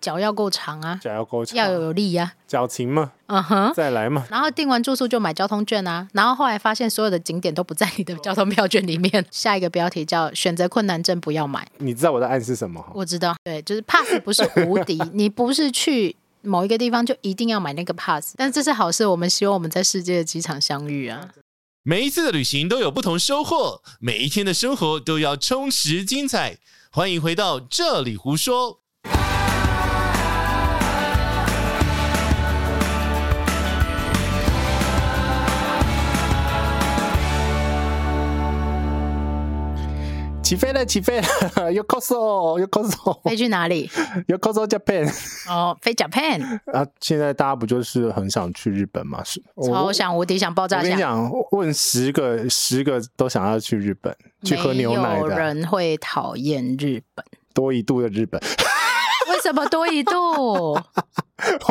脚要够长啊，脚要够长，要有力呀、矫情嘛，啊，嗯哼。再来嘛。然后订完住宿就买交通券啊，然后后来发现所有的景点都不在你的 交通票券里面。下一个标题叫“选择困难症不要买你知道我在暗示什么”，哈？我知道，对，就是 pass 不是无 敌，你不是去某一个地方就一定要买那个 pass，但这是好事，我们希望我们在世界的机场相遇啊。每一次的旅行都有不同收获，每一天的生活都要充实精彩。欢迎回到这里胡说。起飞了，起飞了，Yokoso，Yokoso，Yokoso 飞去哪里？ Japan 哦， 飞 Japan，啊！现在大家不就是很想去日本吗？是，我超想无敌，想爆哦我炸跟你想。讲，问十个十个都想要去日本，去喝牛奶没有的，啊人会讨厌日本，多一度的日本， 为什么多一度？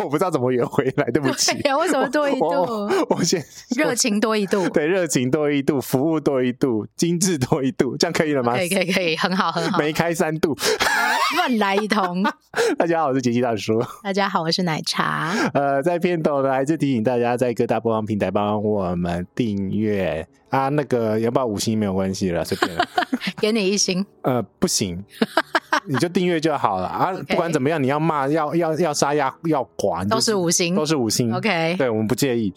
我不知道怎么圆回来，对 不哦起对。啊呀，为什么多一我度？ 我先 热情多一度，对热情多一度，服务多一度，精致多一度，这样可以了吗可？以可以可以，很好很好，梅开三度。 乱来一通。大家好，我是杰西大叔。 大家好，我是奶茶。呃，在片头呢，还是提醒大家在各大播放平台帮我们订阅啊。那个要不要五星没有关系了，随便 了。给你一星，呃，不行，你就订阅就好了啊。不管怎么样，你要骂、要要要杀、要要剐，你就都是五星都是五星。 OK，对我们不介意，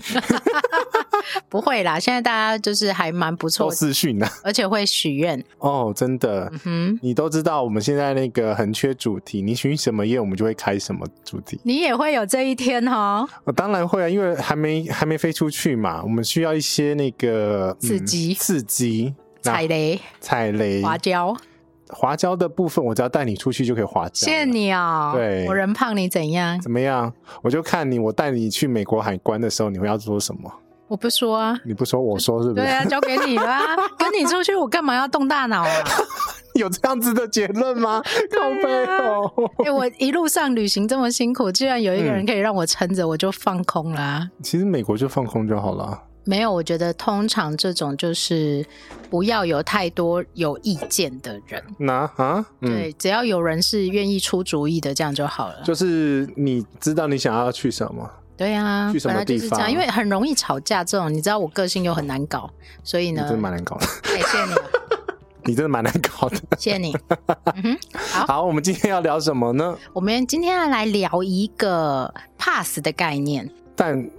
不会啦，现在大家就是还蛮不错做的，私讯的、 而且会许愿。哦，真的。嗯哼，你都知道我们现在那个很缺主题，你许什么愿，我们就会开什么主题。你也会有这一天哦，呃当然会啊，因为还没还没飞出去嘛，我们需要一些那个、嗯刺激刺激、那踩雷、踩雷、滑椒，滑椒的部分，我只要带你出去就可以滑椒。谢谢。你哦。对我人胖你怎样？怎么样？我就看你，我带你去美国海关的时候，你会要说什么？我不说啊。你不说，我说是不是对？啊，交给你啦、跟你出去，我干嘛要动大脑 啊？ 有这样子的结论吗？靠背哦， 哎、我一路上旅行这么辛苦，既然有一个嗯人可以让我撑着，我就放空啦、其实美国就放空就好了。没有，我觉得通常这种就是不要有太多有意见的人，那啊，嗯，对，只要有人是愿意出主意的，这样就好了。就是你知道你想要去什么，对啊去，什么本来就是这地样，方因为很容易吵架这种，你知道我个性又很难搞，所以你呢真的，蛮难搞的， 哎、谢谢你，你真的蛮难搞的。谢谢你。好好，我们今天要聊什么呢？我们今天要来聊一个 pass 的概念，但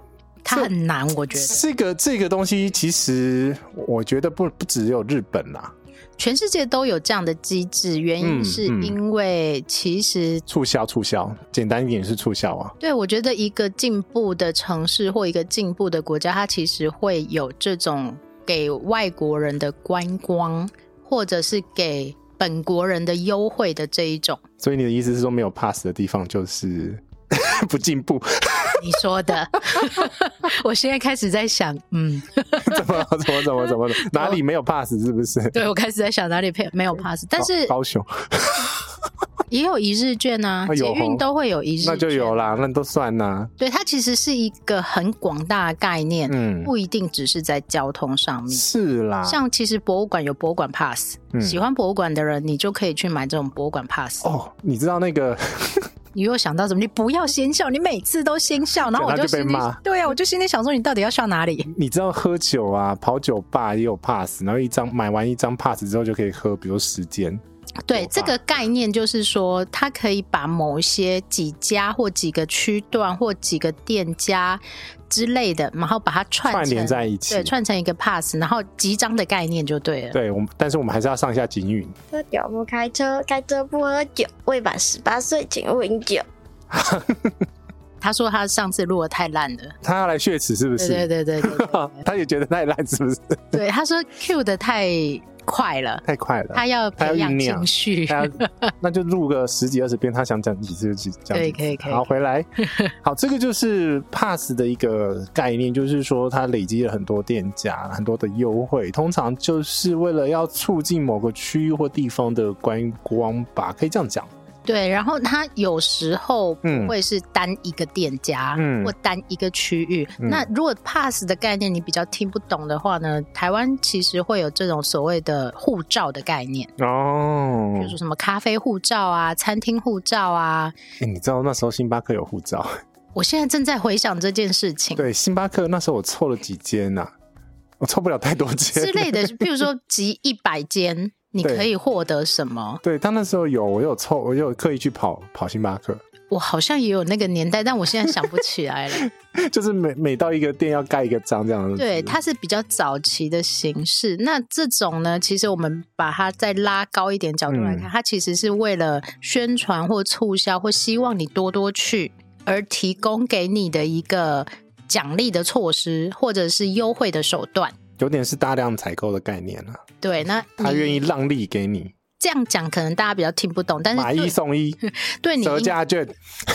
它很难，我觉得这个这个东西，其实我觉得不不只有日本啦，全世界都有这样的机制，原因嗯是嗯因为其实促销促销，简单一点是促销啊。对，我觉得一个进步的城市或一个进步的国家，它其实会有这种给外国人的观光，或者是给本国人的优惠的这一种。所以你的意思是说，没有 pass 的地方就是 不进步？ 你说的， 我现在开始在想，嗯，怎么怎么怎么哦怎么怎么哪里没有 pass 是不是？对我开始在想哪里配没有 pass，但是高高雄也有一日券啊，哎捷呦运都会有一日券，那就有。啦，那都算啦。对，它其实是一个很广大的概念，嗯，不一定只是在交通上面。是啦，像其实博物馆有博物馆 pass，、啊嗯喜欢博物馆的人，你就可以去买这种博物馆 pass。哦，你知道那个你又想到什么？你不要先笑，你每次都先笑，然后我讲到就心被里骂对啊，我就心里想说，你到底要笑哪 里？你知道喝酒啊，跑酒吧也有 pass，然后一张买完一张 pass 之后就可以喝，比如时间。对，吧这个概念就是说，它可以把某一些几家或几个区段或几个店家之类的，然后把它串成串联在一起对，串成一个 pass，然后集章的概念就对了。对，我们但是我们还是要上一下警语。喝酒不开车，开车不喝酒，未满十八岁请勿饮酒。他说他上次录的太烂了，他要来血池是不对是？对对对对 对对他也觉得太烂，是不是？对，他说 Q 的太快了。太快了。他要他要培养酝酿情绪。 他那就录个十几二十遍，他想讲几次就几讲可以几次。可以可以好，回来，好，这个就是 Pass 的一个概念，就是说它累积了很多店家、很多的优惠，通常就是为了要促进某个区域或地方的观光吧，可以这样讲。 对，然后它有时候嗯不会是单一个店家、嗯或单一个区域。嗯那如果 pass 的概念你比较听不懂的话呢，台湾其实会有这种所谓的护照的概念，哦比如，说什么咖啡护照啊、餐厅护照啊。哎，你知道那时候星巴克有 护照？我现在正在回想这件事情对，星巴克那时候我凑了几间呐、啊我凑不了太多间之。类的，譬如说集一百间，你对可以获得什么？ 对，他那时候有，我有凑，我有刻意去跑跑星巴克， 我好像也有那个年代，但我现在想不起来了。就是每每到一个店要盖一个章这样子。对，它是比较早期的形式。那这种呢，其实我们把它再拉高一点角度来看，嗯它其实是为了宣传或促销，或希望你多多去，而提供给你的一个奖励的措施，或者是优惠的手段。有点是大量采购的概念啊，对，那他愿你意让利给你，这样讲，可能大家比较听不懂，但是买一对 送一，对你折应价 券。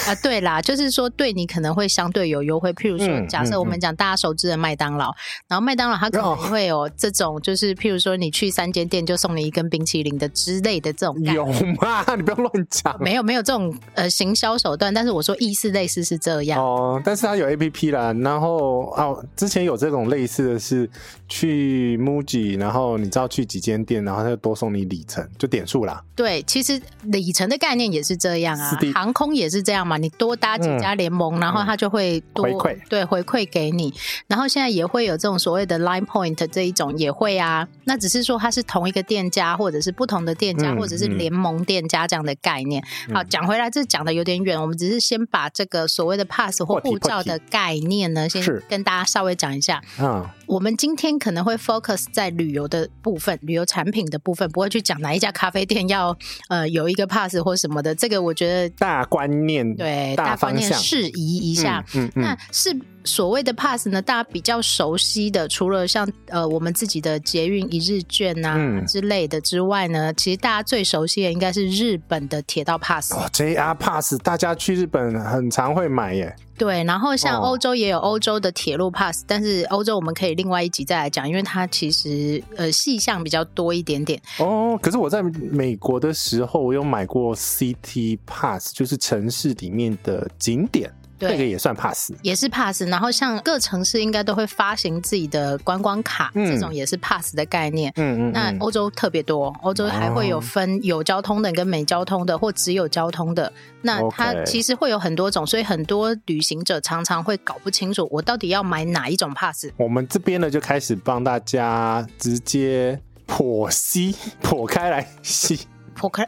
啊，对啦，就是说对你可能会相对有优惠。譬如说，嗯假设我们讲大家熟知的麦当劳，然后麦当劳它可能哦会有这种，就是譬如说你去三间店就送你一根冰淇淋的之类的这种概念。有吗？ 你不要乱讲没有没有这种呃行销手段，但是我说意思类似是这样。哦。但是它有 A P P 啦，然后哦，之前有这种类似的是去 MUJI，然后你知道去几间店，然后他就多送你里程，就点数啦。对，其实里程的概念也是这样啊是的，嗯航空也是这样嘛，你多搭几家联盟，然后它就会多回馈对回馈给你。然后现在也会有这种所谓的 Line Point 这一种也会啊，那只是说它是同一个店家，或者是不同的店家，嗯或者是联盟店家这样的概念。嗯好，讲回来，这讲的有点远，我们只是先把这个所谓的 Pass 或破题护照破题的概念呢，先是跟大家稍微讲一下。嗯，我们今天可能会 focus 在旅游的部分，旅游产品的部分，不会去讲哪一家咖啡店要呃有一个 pass 或什么的。这个我觉得大观念，对大观方念向适宜一一下。，嗯嗯那是所谓的 pass 呢？大家比较熟悉的，除了像呃我们自己的捷运一日券啊、嗯之类的之外呢，其实大家最熟悉的应该是日本的铁道 pass。哦，JR Pass，大家去日本很常会买耶。对，然后像哦欧洲也有欧洲的铁路 pass，、但是欧洲我们可以另外一集再来讲，因为它其实呃细项比较多一点点。哦，可是我在美国的时候，我有买过 CT Pass，就是城市里面的景点，对那个也算 Pass。也是 pass，然后像各城市应该都会发行自己的观光卡，嗯这种也是 pass 的概念。嗯嗯，那嗯欧洲特别多，欧洲还会有分有交通的跟没交通的，或只有交通的。那它 OK 其实会有很多种，所以很多旅行者常常会搞不清楚我到底要买哪一种 pass。我们这边呢就开始帮大家直接剖析、 剖开来析。破开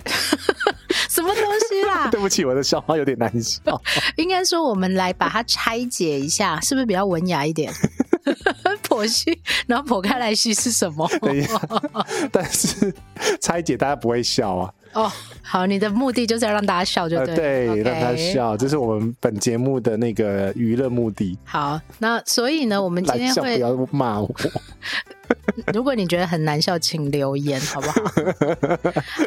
什么东西 啦？对不起，我的笑话有点难 笑。应该说我们来把它拆解一下，是不是比较文雅一点？ 剖析，然后剖开来析是什么？等一下，但是拆解大家不会笑啊，哦，好，你的目的就是要让大家笑就呃，对了，OK 对，让他。笑，这是我们本节目的那个娱乐目的。好，那所以呢，我们今来天笑，不会，要骂我。 如果你觉得很难笑，请留言，好不好？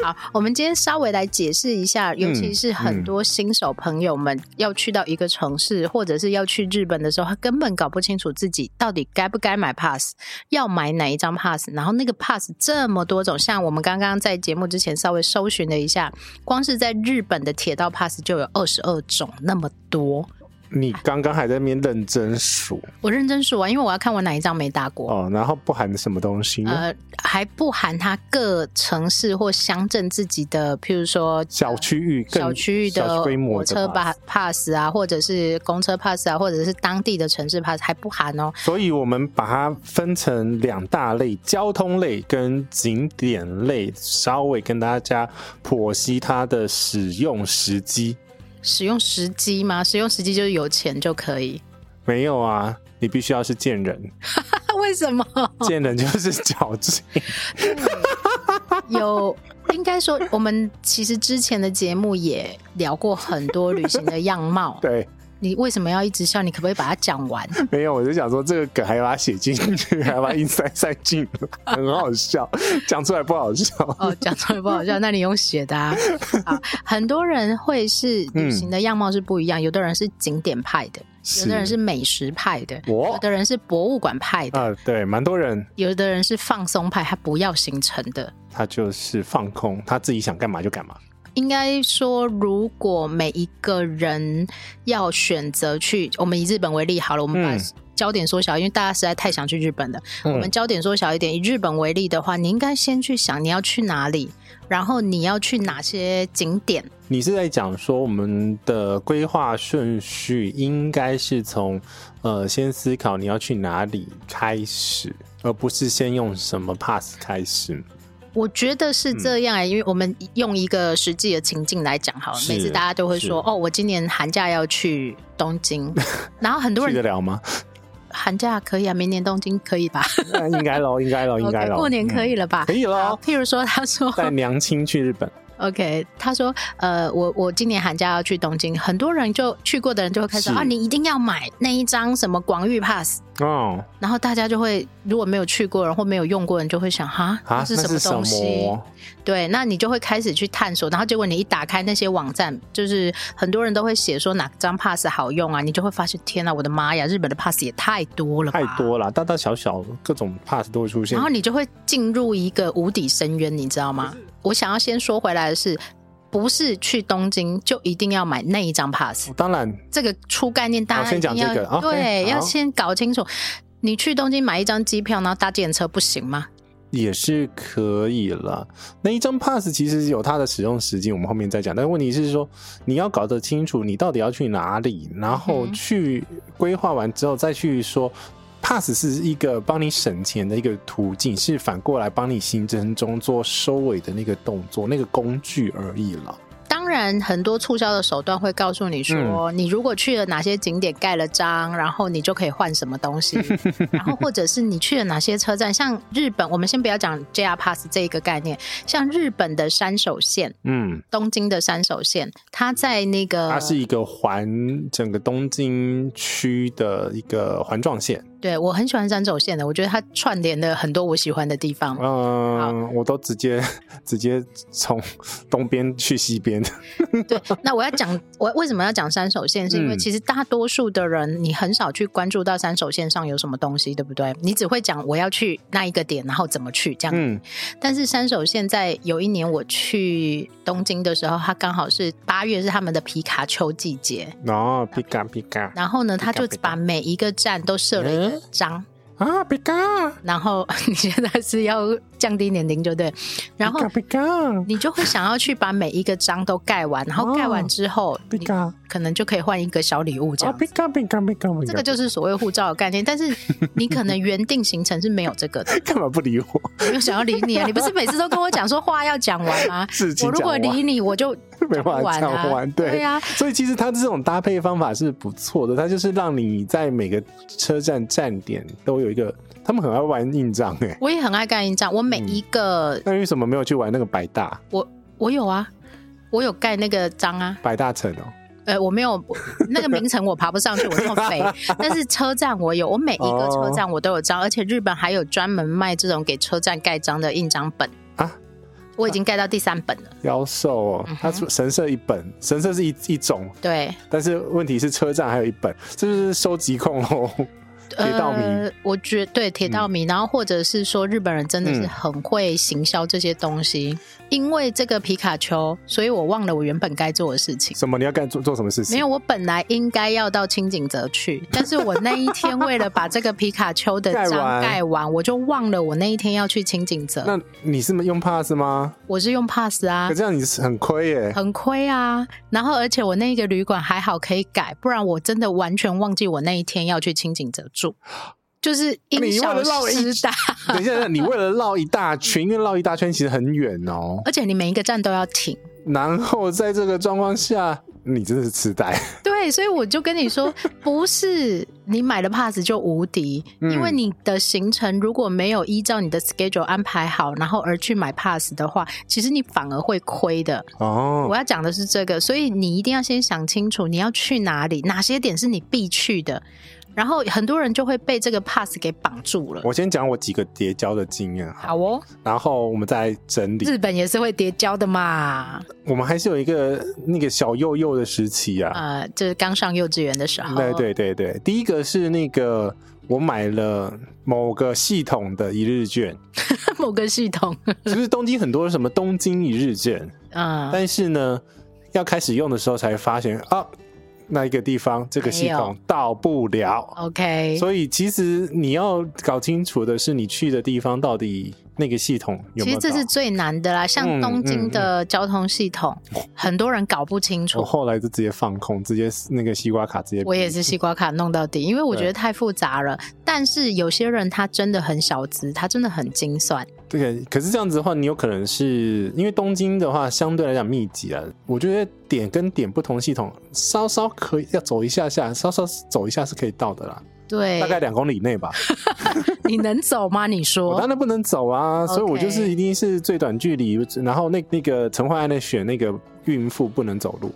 好，我们今天稍微来解释一下，尤其是很多新手朋友们要去到一个城市，或者是要去日本的时候，他根本搞不清楚自己到底该不该买 pass，要买哪一张 pass，然后那个 pass 这么多种，像我们刚刚在节目之前稍微搜寻了一下，光是在日本的铁道 pass 就有二十二种，那么多。你刚刚还在那边认真数我认真数完，啊因为我要看我哪一张没打过。哦，然后不含什么东西呢？呃，还不含它各城市或乡镇自己的，譬如说呃小区域更小区域小的规火模的车吧 pa-。pass 啊，或者是公车 pass 啊，或者是当地的城市 pass 还不含哦。所以我们把它分成两大类：交通类跟景点类，稍微跟大家剖析它的使用时机。使用时机吗？使用时机就是有钱就可以。 没有啊，你必须要是贱人，为什 么？贱人就是矫 情。有，应该说我们其实之前的节目也聊过很多旅行的样貌。 对，你为什么要一直笑？你可不可以把它讲完？没有，我就想说这个梗还把它写进去，还把它硬塞塞进来，很好 笑，讲出来不好笑。哦，讲出来不好笑，那你用写的啊。 好，很多人会是旅嗯行的样貌是不一样，有的人是景点派的，有的人是美食派的，我有的人是博物馆派的，啊、对，蛮多人有的人是放松派，他不要行程的。他就是放空，他自己想干嘛就干嘛。应该说，如果每一个人要选择去，我们以日本为例好了，我们把嗯焦点缩小，因为大家实在太想去日本了。我们嗯焦点缩小一点，以日本为例的话，你应该先去想你要去哪里，然后你要去哪些景点。你是在讲说我们的规划顺序应该是从呃先思考你要去哪里开始，而不是先用什么 pass 开始。我觉得嗯是这样、欸，因为我们用一个实际的情境来讲好了，是每次大家都会说是哦，我今年寒假要去东 京，然后很多去得人了吗？寒假可以啊，明年东京可以吧？那应该喽，应该 喽，应该 OK，喽。过年可以了，嗯了吧？可以啊喽。譬如说，他说带娘亲去日本， OK，他说，呃，我我今年寒假要去东京，很多人就去过的人就会开始是啊，你一定要买那一张什么广域 pass，哦然后大家就会如果没有去过的人或没有用过的人就会想哈，啊，那是那什么什东西？么？对，那你就会开始去探索，然后结果你一打开那些网站，就是很多人都会写说哪张 pass 好用啊，你就会发现天啊，我的妈呀，日本的 pass 也太多了吧，太。多了，大大小小各种 pass 都会出现然后。你就会进入一个无底深渊，你知道吗？我想要先说回来的是，不是去东京就一定要买那一张 pass？当然，这个初概念大好家一哦定先讲要、这个，OK，哦对，好要先搞清楚。你去东京买一张机票，然后搭电车不行吗？也是可以了。那一张 pass 其实有它的使用时间，我们后面再讲。但问题是说，你要搞得清楚你到底要去哪里，然后嗯哼去规划完之后再去说。Pass 是一个帮你省钱的一个途径，是反过来帮你行程中做收尾的那个动作、那个工具而已了。当然，很多促销的手段会告诉你说，嗯你如果去了哪些景点盖了章，然后你就可以换什么东 西，然后或者是你去了哪些车站，像日本，我们先不要讲 JR Pass 这一个概念，像日本的山手线，嗯，东京的山手线，它在那个它是一个环整个东京区的一个环状线。对我很喜欢山手线的，我觉得它串联了很多我喜欢的地方。嗯，我都直接直接从东边去西边。对，那我要讲，我为什么要讲山手线，是因为嗯其实大多数的人，你很少去关注到山手线上有什么东西，对不对？你只会讲我要去那一个点，然后怎么去这样。嗯，但是山手线在有一年我去东京的时候，它刚好是八月，是他们的皮卡丘季节。然后皮卡皮卡然后呢，他就皮卡把每一个站都设了一个嗯章，啊，皮卡，然后 你现在是要降低年龄，对不对？然后皮卡皮卡你就会想要去把每一个章都盖完，然后盖完之后，哦皮你卡啊，可能就可以换一个小礼物这样皮。卡皮卡皮卡，。这个就是所谓护照的概念，但是你可能原定行程是没有这个的 干嘛不理我？我没有想要理你啊，你不是每次都跟我讲说话要讲完吗？事情我如讲果完理你，我就 没办法讲不讲完啊完，对对啊所以其实它这种搭配方法是不错的，它就是让你在每个车站站点都有一个，他们很爱玩印章哎、欸，我也很爱干印章，我每一个、那为什么没有去玩那个百大我我有啊，我有盖那个章啊，百大城哦、呃，我没有那个名城，我爬不上去，我那 么肥。但是车站我有，我每一哦个车站我都有章，而且日本还有专门卖这种给车站盖章的印章本啊。我已经盖到第三本了，妖兽嗯哦，它是神社一本，神社是一一种，对，但是问题是车站还有一本，这就是收集控哦喽。铁道迷呃，我觉对铁道迷，然后或者是说日本人真的是嗯很会行销这些东西，因为这个皮卡丘，所以我忘了我原本该做的事情。什么？你要干做做什么事情？没有，我本来应该要到清景泽去，但是我那一天为了把这个皮卡丘的盖章完盖完，我就忘了我那一天要去清景泽。那你是用 pass 吗？我是用 pass 啊可，这样你是很亏 耶、很亏啊。然后而且我那个旅馆还好可以改，不然我真的完全忘记我那一天要去清景泽住，就是因你忘小了绕了一失大。等一下，你为了绕一大圈，因为绕一大圈其实很远哦。而且你每一个站都要停。然后在这个状况下，你真的是痴呆。对，所以我就跟你说， 不是你买了 pass 就无敌，嗯因为你的行程如果没有依照你的 schedule 安排好，然后而去买 pass 的话，其实你反而会亏的。哦我。要讲的是这个，所以你一定要先想清楚你要去哪里，哪些点是你必去的。然后很多人就会被这个 pass 给绑住了。我先讲我几个叠交的经验哈，好哦，然后我们再来整理。日本也是会叠交的嘛，我们还是有一个那个小幼幼的时期啊，呃，就是刚上幼稚园的时候，对对对对，第一个是那个我买了某个系统的一 日券， 某个系统，其实东京很多什么东京一日券，嗯，但是呢，要开始用的时候才发现啊，那一个地方这个系哎统到不了。 OK，所以其实你要搞清楚的是，你去的地方到底那个系统有其没实有到？这是最难的啦，像嗯东京嗯哦的交通系统，很多人搞不清楚。我后来就直接放空，直接那个西瓜卡直接。我也是西瓜卡弄到底，因为我觉得太复杂了。但是有些人他真的很小资，他真的很精算。这个，可是这样子的话，你有可能是因为东京的话相对来讲密集啊，我觉得点跟点不同系统，稍稍可以要走一下下，稍稍走一下是可以到的啦，对大，概两公里内吧。 你能走吗？你我说当然不能走啊，所以哦我 OK 就是一定是最短距离。然后那那个陈焕安的选那个孕妇不 能走路，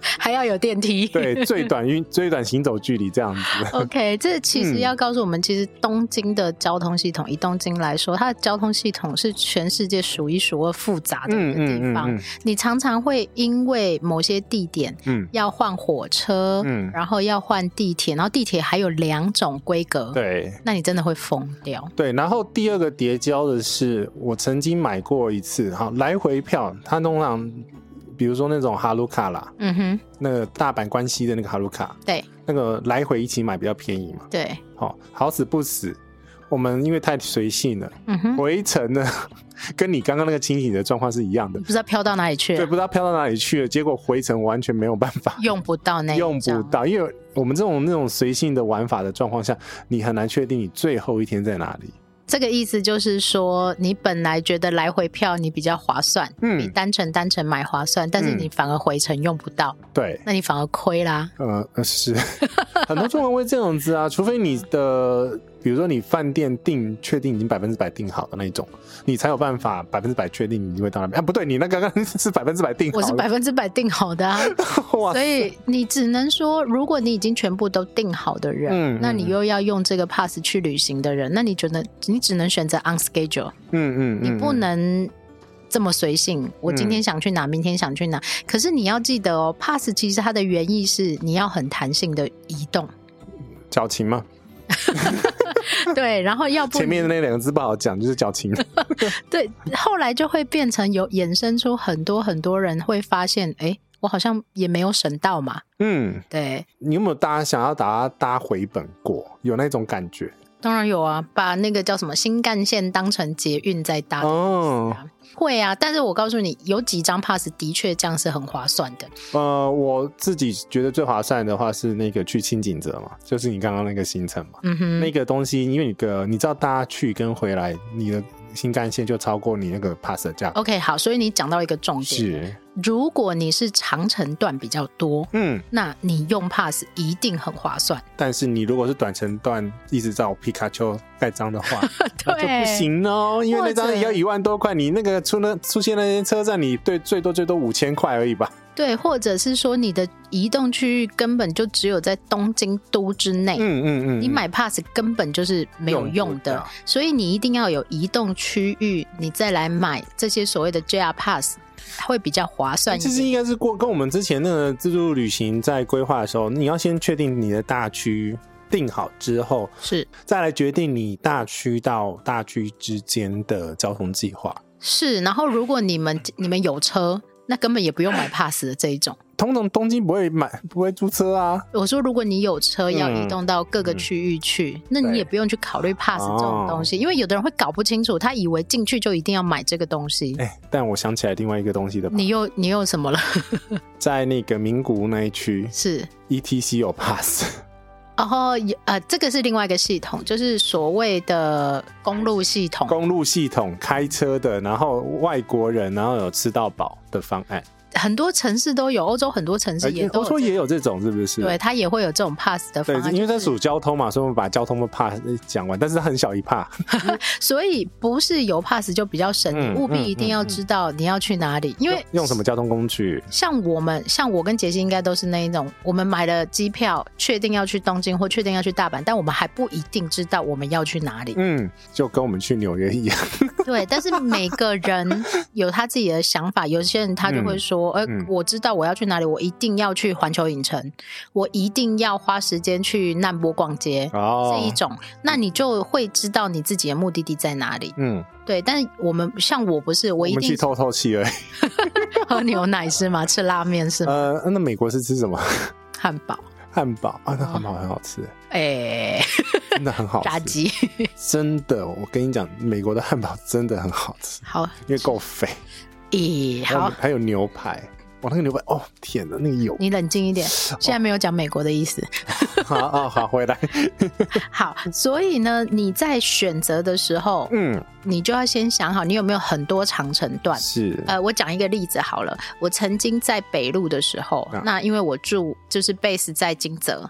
还要有电梯。对，最短运最短行走距离这样子。 OK，这其实嗯要告诉我们，其实东京的交通系统，以东京来说，它的交通系统是全世界数一数二复杂的一个嗯地嗯方。嗯你常常会因为某些地点嗯要换火车，嗯然后要换地铁，然后地铁还有两种规格嗯，，对那你真的会疯掉。对。然后第二个叠交的是，我曾经买过一次，好来回票，它通常比如说那种哈鲁卡啦，嗯哼，那个大阪关西的那个哈鲁卡，对那个来回一起买比较便宜嘛。对，好、好死不死，我们因为太随性了，嗯哼，回程呢， 跟你刚刚那个清醒的状况是一样的不。知道飘到哪里去对，了不，知道飘到哪里去了，结果回程完全没有办法用不到那一用不张。到，因为我们这种那种随性的玩法的状况下，你很难确定你最后一天在哪里。这个意思就是说，你本来觉得来回票你比较划算，比嗯，单程单程买划算，但是嗯你反而回程用不到，对，那你反而亏啦。呃，呃是 很多中文会这样子啊，除非你的，比如说你饭店订确定已经百分之百订好的那种，你才有办法百分之百确定你会到那边。啊，不对，你那刚刚是 百分之百订好我了，是百分之百定好的啊， 哇所以你只能说，如果你已经全部都定好的人，嗯那你又要用这个 pass 去旅行的人，那你觉得你只能选择 on schedule，、嗯嗯嗯，你不嗯能这么随性。我今天想去哪，明天想去哪。嗯可是你要记得哦，pass 其实它的原意是你要很弹性的移 动，矫情嘛，对，然后要不前面的那两个字不好讲，就是矫 情。对，后来就会变成有衍生出很多很多人会发现，哎，我好像也没有省到嘛，嗯，对。你有没有搭想要搭搭回本过？有那种感觉？当然有啊，把那个叫什么新干线当成捷运在搭。哦，会啊，但是我告诉你，有几张 pass 的确这样是很划算的。呃，我自己觉得最划算的话是那个去清景泽嘛，就是你刚刚那个行程嘛，嗯哼，那个东西，因为你个你知道搭去跟回来，你的新干线就超过你那个 pass 的价格。 OK，好，所以你讲到一个重点，是，如果你是长程段比较多，嗯，那你用 pass 一定很划算。但是你如果是短程段一直照皮卡丘盖章的 话，那就对不行哦，因为那张也要一万多块，你那个出那出现那些车站，你对最多最多五千块而已吧。对，或者是说你的移动区域根本就只有在东京都之内，嗯嗯嗯，你买 pass 根本就是没有用用的不到，所以你一定要有移动区域，你再来买这些所谓的 JR pass，它会比较划算一其实点。应该是过跟我们之前那个自助旅行在规划的时候，你要先确定你的大区定好之后，是再来决定你大区到大区之间的交通计划。是，然后如果你们你们有车，那根本也不用 买 pass 的这一种。通常东京不会买，不会租车啊。我说，如果你有车要嗯移动到各个区域去，那你对哦也不用去考虑 pass 这种东西，因为有的人会搞不清楚，他以为进去就一定要买这个东西。哎，但我想起来另外一个东西的，你又你又什么了？ 在那个名古屋那一区是。 ，ETC 有 pass， 然后有呃，这个是另外一个系统，就是所谓的公路系统。公路系统开车的，然后外国人，然后有吃到饱的方案。很多城市都有，欧洲很多城市也哎都欧有洲这也有这种，是不是？对，它也会有这种 pass 的对方，案，因为就它是属交通嘛，所以我们把交通的 pass 讲完，但是它很小一 part。所以不是有 pass 就比较省，嗯你务必嗯一定要嗯嗯知道你要去哪里，因为用什么交通工具？像我们，像我跟杰西应该都是那一种，我们买了机票，确定要去东京或确定要去大阪，但我们还不一定知道我们要去哪里。嗯，就跟我们去纽约一样。 对，但是每个人有他自己的想法，有些人他就会说，呃、嗯我知道我要去哪里，我一定要去环球影城，我一定要花时间去难波逛街。哦，这一种，那你就会知道你自己的目的地在哪里。嗯，对，但是我们像我不是，我我一们定去透透气而已。 喝牛奶是吗？吃拉面是吗？呃，那美国是吃什么？汉堡，汉堡啊，那汉堡很好吃，哎、真的很好哦炸吃，鸡。真的，我跟你讲，美国的汉堡真的很好吃， 好，因为够肥，咦，然后好，还有牛排，哇，那个牛排，哦，天哪，那个油，你冷静一点，现在没有讲美国的意思。 好啊，好，回来，好，所以呢，你在选择的时候， 嗯，你就要先想好，你有没有很多长程段。是，呃，我讲一个例子好了，我曾经在北路的时候，啊那因为我住就是 base 在金泽，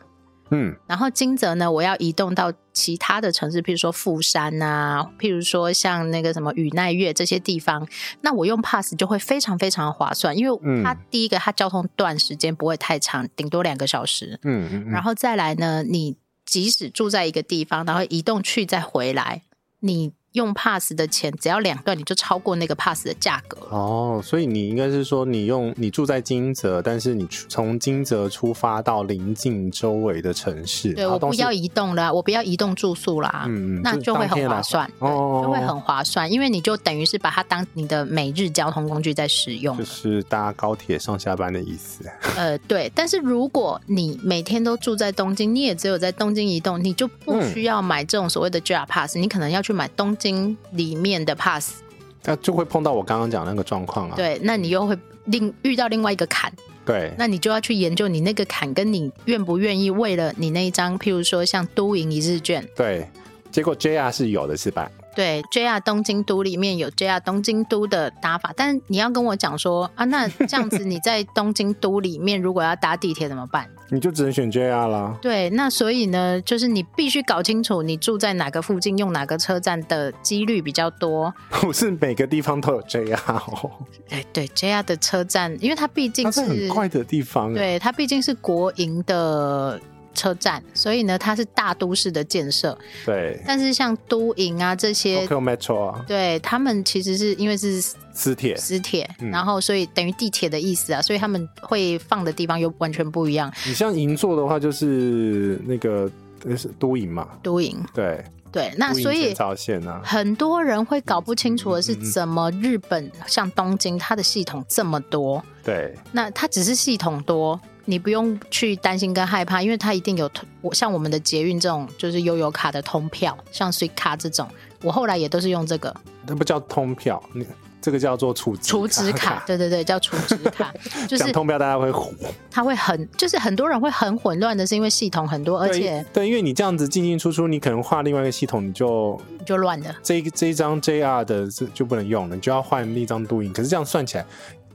嗯，然后金泽呢，我要移动到其他的城市，譬如说富山啊，譬如说像那个什么宇奈月这些地方，那我用 pass 就会非常非常划算，因为嗯它第一个它交通段时间不会太长，顶多两个小时，嗯嗯，然后后再来呢，你即使住在一个地方，然后移动去再回来，你用 pass 的钱只要两段，你就超过那个 pass 的价格了。哦，所以你应该是说，你用你住在金泽，但是你出从金泽出发到临近周围的城市，对然后我都不是要移动了，我不要移动住宿啦，嗯嗯那就是就会当很天来划算，对哦就会很划算，因为你就等于是把它当你的每日交通工具在使用就了。是搭高铁上下班的意思。呃，对。但是如果你每天都住在东京，你也只有在东京移动，你就不嗯需要买这种所谓的 JR Pass，、你可能要去买东京里面的 Pass，那就会碰到我刚刚讲那个状况啊。嗯对，那你又会另遇到另外一个坎，对，那你就要去研究你那个坎跟你愿不愿意为了你那一张，譬如说像都营一日券，对，结果 JR 是有的，是吧？对 JR 东京都里面有 JR 东京都的打法，但你要跟我讲说啊，那这样子你在东京都里面如果要搭地铁怎么办？你就只能选 JR 啦。对，那所以呢，就是你必须搞清楚你住在哪个附近，用哪个车站的几率比较多。不是每个地方都有 JR，、哦、哎，对 JR 的车站，因为它毕它竟是很是快的地方。，欸对，它毕竟是国营的车站，所以呢，它是大都市的建设。对但是像都营啊这些， ，Tokyo Metro 啊，对他们其实是因为是磁铁。私铁，嗯然后所以等于地铁的意思啊，所以他们会放的地方又完全不一样。你像银座的话，就是那个呃是都营嘛，都营对，对，那都营所前以朝线啊，很多人会搞不清楚的是嗯嗯，嗯怎么日本像东京，它的系统这么多，对，那它只是系统多，你不用去担心跟害怕，因为它一定有我像我们的捷运这种，就是悠游卡的通票，像 s u i 卡这种，我后来也都是用这个 那不叫通票，那这个叫做储值储值卡，对对对，叫储值 卡，就讲是通票大家会糊，它会很，就是很多人会很混乱的，是因为系统很多， 而且对对，因为你这样子进进出出，你可能换另外一个系统，你就就乱的。这一这一张 JR 的这就不能用了，你就要换另一张都影。可是这样算起来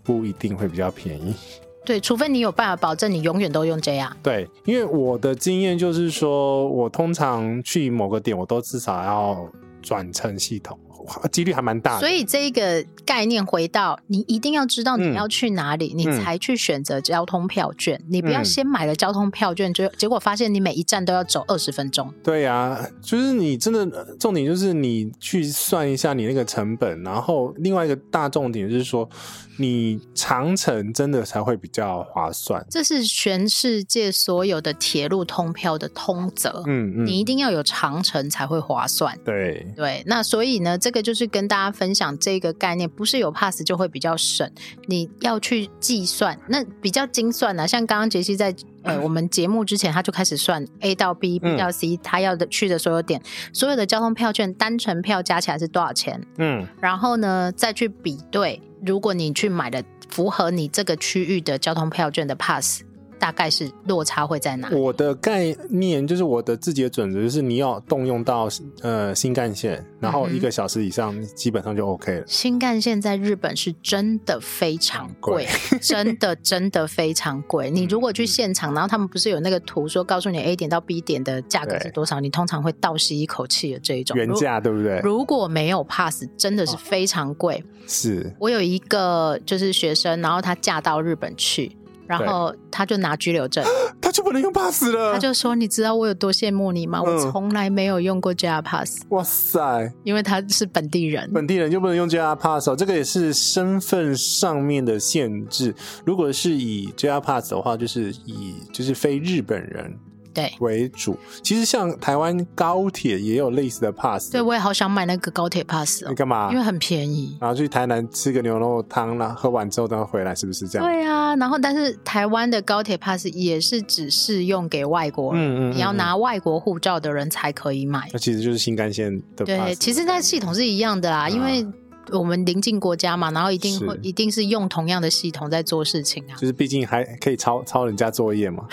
不一定会比较便宜。对，除非你有办法保证你永远都用 JR。对，因为我的经验就是说，我通常去某个点，我都至少要转乘系统，哇几率还蛮大的。所以这一个概念回到你一定要知道嗯你要去哪里，你才去选择交通票券。你不要嗯先买了交通票券，就结果发现你每一站都要走二十分钟。对呀、就是你真的重点就是你去算一下你那个成本，然后另外一个大重点就是说，你长程真的才会比较划算。这是全世界所有的铁路通票的通则，嗯嗯，你一定要有长程才会划算。对，对，那所以呢，这个就是跟大家分享这个概念，不是有 pass 就会比较省，你要去计算，那比较精算啊。像刚刚杰西在呃我们节目之前，他就开始算 A 到 B，B 嗯到 C，、他要的去的所有点，所有的交通票券单程票加起来是多少钱，嗯然后呢再去比对，如果你去买的符合你这个区域的交通票券的 pass。大概是落差会在哪里？我的概念就是我的自己的准则，就是你要动用到呃新干线，然后一个小时以上基本上就 OK 了。新干线在日本是真的非常贵， 真的真的非常贵。嗯你如果去现场，然后他们不是有那个图说告诉你 A 点到 B 点的价格是多少，你通常会倒吸一口气的这一种。原价对不对？如如果没有 pass，真的是非常贵。是我有一个就是学生，然后她嫁到日本去，然后她就拿居留证，他就不能用 pass 了。她就说：“你知道我有多羡慕你吗？我嗯从来没有用过 JR Pass，哇塞，因为她是本地人。本地人就不能用 JR Pass，、哦、这个也是身份上面的限制。如果是以 JR Pass 的话，就是以就是非日本人对，为主。其实像台湾高铁也有类似的 pass，对我也好想买那个高铁 Pass 你哦，干嘛？因为很便宜。然后去台南吃个牛肉汤啦，喝完之后再回来，是不是这样？对啊，然后但是台湾的高铁 Pass 也是只适用给外国人，嗯嗯嗯你要拿外国护照的人才可以买。那其实就是新干线的嗯 pass。对，其实那系统是一样的啦，啊因为我们邻近国家嘛，然后一定会是一定是用同样的系统在做事情啊。就是毕竟还可以抄抄人家作业嘛。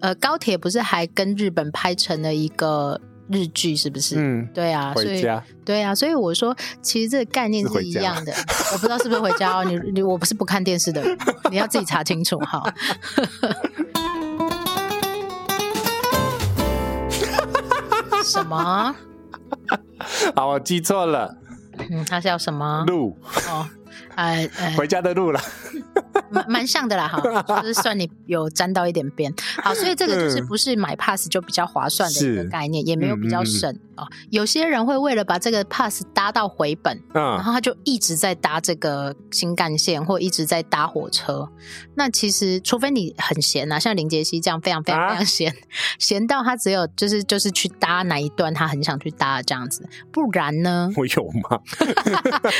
呃，高铁不是还跟日本拍成了一个日剧，是不是？嗯，对啊，所回以家对啊，所以我说，其实这个概念是回是一家样的。我不知道是不是回家哦，你你我不是不看电视的人，你要自己查清楚哈。什么？好，我记错了，嗯，它叫什 么？路哦，呃呃，回家的路了。蛮蛮像的啦， 哈，就是算你有沾到一点边。好，所以这个就是嗯不是买 pass 就比较划算的一个是嗯概念，也没有比较省啊、哦。有些人会为了把这个 pass 搭到回本，然嗯，后他就一直在搭这个新干线或一直在搭火车。那其实，除非你很闲啊，像林杰西这样非常非常啊？非常闲， 闲到他只有就是就是去搭哪一段他很想去搭的这样子，不然呢 我有吗？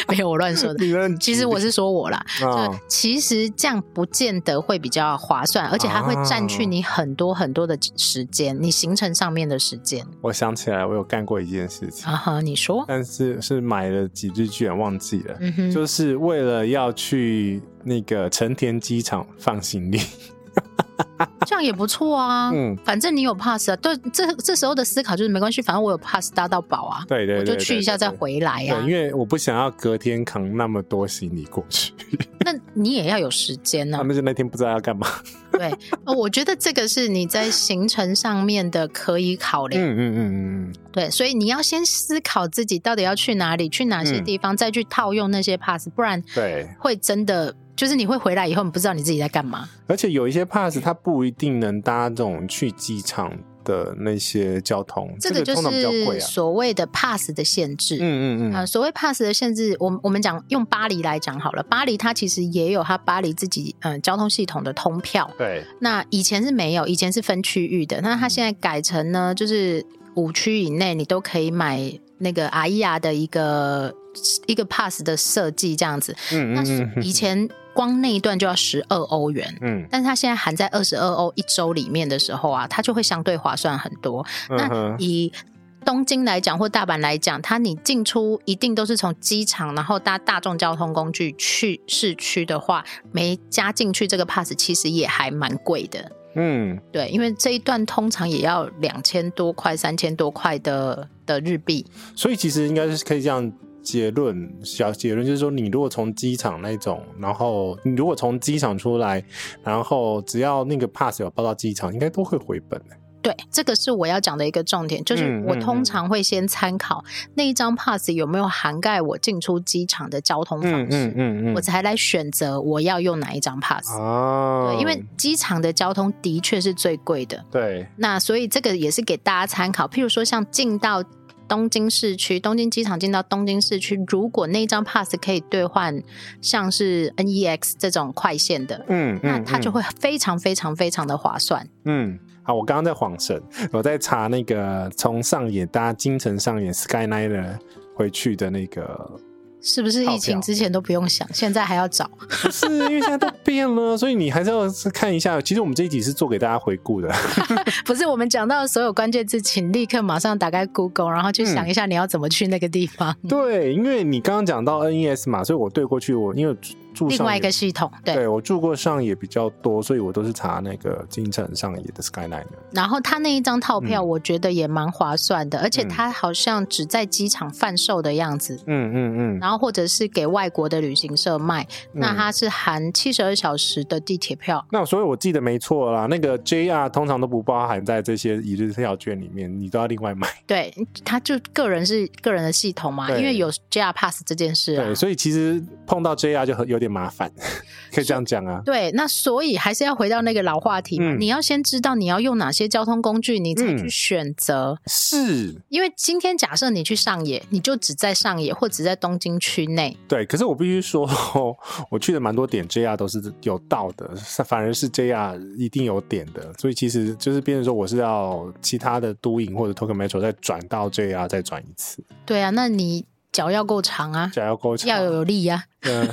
没有我乱说的。你们其实我是说我啦，啊就，其实这样不见得会比较划算，而且它会占啊去你很多很多的时间，你行程上面的时间。我想起来，我有干过一件事情，啊哈，你说，但是是买了几日券忘记了，嗯哼，就是为了要去那个成田机场放行李。这样也不错啊。嗯，反正你有 pass 啊，对，这这时候的思考就是没关系，反正我有 pass 搭到饱啊，对对我对，就去一下再回来对。啊对，因。为我不想要隔天扛那么多行李过去，那你也要有时间呢、他们就那天不知道要干嘛。对，啊呃我觉得这个是你在行程上面的可以考量。嗯嗯嗯嗯对，所以你要先思考自己到底要去哪里，去哪些嗯地方，再去套用那些 pass，不然嗯，对。会真的就是你会回来以后，你不知道你自己在干嘛。而且有一些 pass 它不一定能搭这种去机场的那些交通，这这个就通常比较贵是啊。所谓的 pass 的限制。嗯嗯啊、嗯，所谓 pass 的限制，我们我们讲用巴黎来讲好了。巴黎它其实也有它巴黎自己嗯、呃交通系统的通票，对，那以前是没有，以前是分区域的，那它现在改成呢，就是五区以内你都可以买那个阿伊亚的一个一个 pass 的设计这样子。嗯那嗯嗯以前光那一段就要十二欧元，嗯但是它现在含在二十二欧一周里面的时候啊，它就会相对划算很多。嗯那哼，以东京来讲或大阪来讲，它你进出一定都是从机场，然后搭大众交通工具去市区的话，没加进去这个 pass 其实也还蛮贵的。嗯对，因为这一段通常也要两千多块、三千多块的的日币。所以其实应该是可以这样结论，小结论就是说，你如果从机场那种，然后你如果从机场出来，然后只要那个 pass 有报到机场，应该都会回本的。对，这个是我要讲的一个重点，就是嗯我嗯通嗯常会先参考那一张 pass 有没有涵盖我进出机场的交通嗯方式嗯。嗯我才来选择我要用哪一张 pass。嗯，啊，对，因为机场的交通的确是最贵的，对，那所以这个也是给大家参考。譬如说，像进到东京市区、东京机场进到东京市区，如果那张 pass 可以兑换像是 NEX 这种快线的，嗯，那嗯它就嗯会非常非常非常的划算。嗯，好，我刚刚在 晃神，我在查那个从上野搭京城上野 Skyline 的回去的那个， 是不是套疫情票之前都不用想，现在还要找？ 不是因为现在都变了，所以你还是要看一下。其实我们这一集是做给大家回顾的，不是我们讲到的所有关键字，请立刻马上打开 Google，然后去嗯想一下你要怎么去那个地方。E 对，因为你刚刚讲到 NES 嘛，所以我对过去我因为住另上外一野个系统，对。对我住过上野比较多，所以我都是查那个京城上野的 skyline 的。然后他那一张套票，嗯我觉得也蛮划算的，而且嗯他好像只在机场贩售的样子，嗯嗯嗯，然后或者是给外国的旅行社卖。那嗯它是含七十二小时的地铁票，那所以我记得没错啦，那个 JR 通常都不包含在这些一日票券里面，你都要另外买。对，他就个人是个人的系统嘛，对因为有 JR Pass 这件事啊。对，所以其实碰到 JR 就很有点麻烦，可以这样讲啊。对，那所以还是要回到那个老话题嘛，嗯你要先知道你要用哪些交通工具，你才嗯去选择。是，因为今天假设你去上野，你就只在上野或只在东京区内，对。可是我必须说， 我去的蛮多点 JR 都是有到的，反而是 JR 一定有点的，所以其实就是变成说我是要其他的都营或者 Tokyo Metro 再转到 JR 再转一次，对啊，那你脚要够长啊，只要够 长要有力呀、 嗯，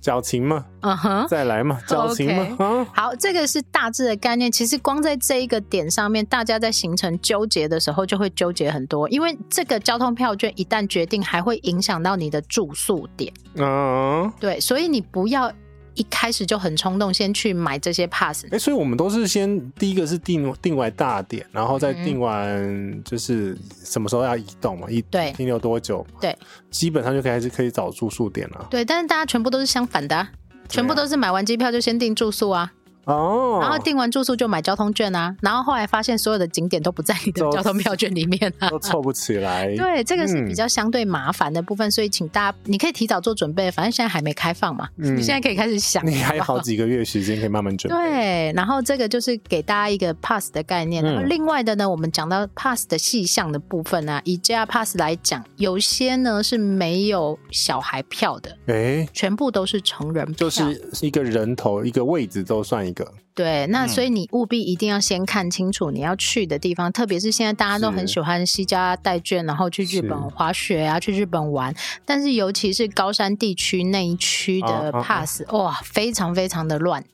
矫情嘛，啊，嗯哼。再来嘛，矫情嘛，啊，好，这个是大致的概念。其实光在这一个点上面，大家在形成纠结的时候，就会纠结很多，因为这个交通票券一旦决定，还会影响到你的住宿点。嗯。对，所以你不要一开始就很冲动，先去买这些 pass。哎、所以我们都是先第一个是定定完大点，然后再嗯定完就是什么时候要移动嘛，移对停留多久嘛，对，基本上就开始可以找住宿点了。对，但是大家全部都是相反的啊、全部都是买完机票就先订住宿啊，哦，然后订完住宿就买交通券啊，然后后来发现所有的景点都不在你的都交通票券里面啊。 都凑不起来。对，这个是比嗯较相对麻烦的部分，所以请大家你可以提早做准备，反正现在还没开放嘛，嗯你现在可以开始想。 你还有好几个月时间可以慢慢准备。对，然后这个就是给大家一个 pass 的概念。嗯然后另外的呢，我们讲到 pass 的细项的部分啊，以 JR Pass 来讲，有些呢是没有小孩票的，哎、全部都是成人票。啊就是一个人头一个位置都算一个，对，那嗯所以你务必一定要先看清楚你要去的地方，特别是现在大家都是很喜欢西加带券，然后去日本是滑雪啊，去日本玩。但是尤其是高山地区那一区啊的啊啊 pass，哇，非常非常的乱，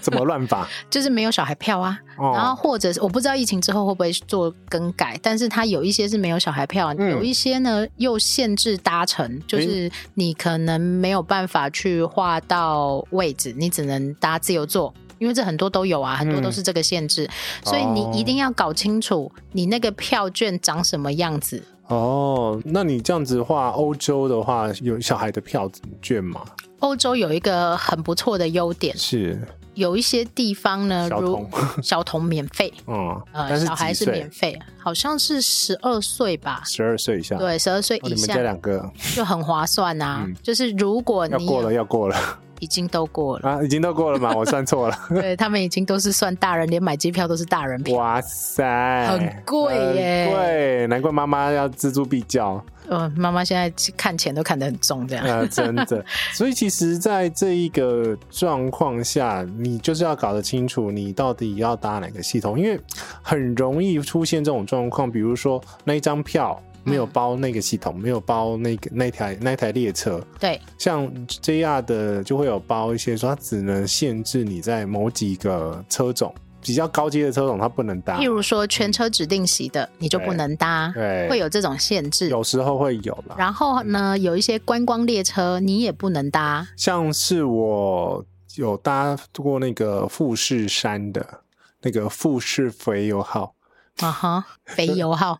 怎么乱法？就是没有小孩票啊。然后哦，或者是我不知道疫情之后会不会做更改，但是它有一些是没有小孩票，嗯有一些呢又限制搭乘，就是你可能没有办法去划到位置，你只能搭自由座。因为这很多都有啊，嗯很多都是这个限制，所以哦你一定要搞清楚你那个票券长什么样子。哦，那你这样子的话，欧洲的话有小孩的票券吗？欧洲有一个很不错的优点，是有一些地方呢，小如童，小童免费，嗯，呃，但是小孩几是岁免费，好像是十二岁吧，十二岁以下。对，十二岁哦，以你们下这两个就很划算呐、嗯就是如果要你过了，有要过了 已经都过了，啊，已经都过了嘛，我算 错了。对他们已经都是算大人，连买机票都是大人票。哇塞，很贵耶很贵，难怪妈妈要锱铢必较。嗯，妈妈现在看钱都看得很重，这 样。呃，真的。所以其实，在这一个状况下，你就是要搞得清楚你到底要搭哪个系统，因为很容易出现这种状况，比如说那一张票。嗯没有包那个系统，没有包那个那台那台列车，对像 JR 的就会有包一些说，它只能限制你在某几个车种，比较高阶的车种它不能搭譬。如说全车指定席的，你就不能搭，对，会有这种限制。有嗯时候会有啦。然后呢，有一些观光列车你也不能搭，像是我有搭过那个富士山的那个富士肥油号，啊 哈，肥油号，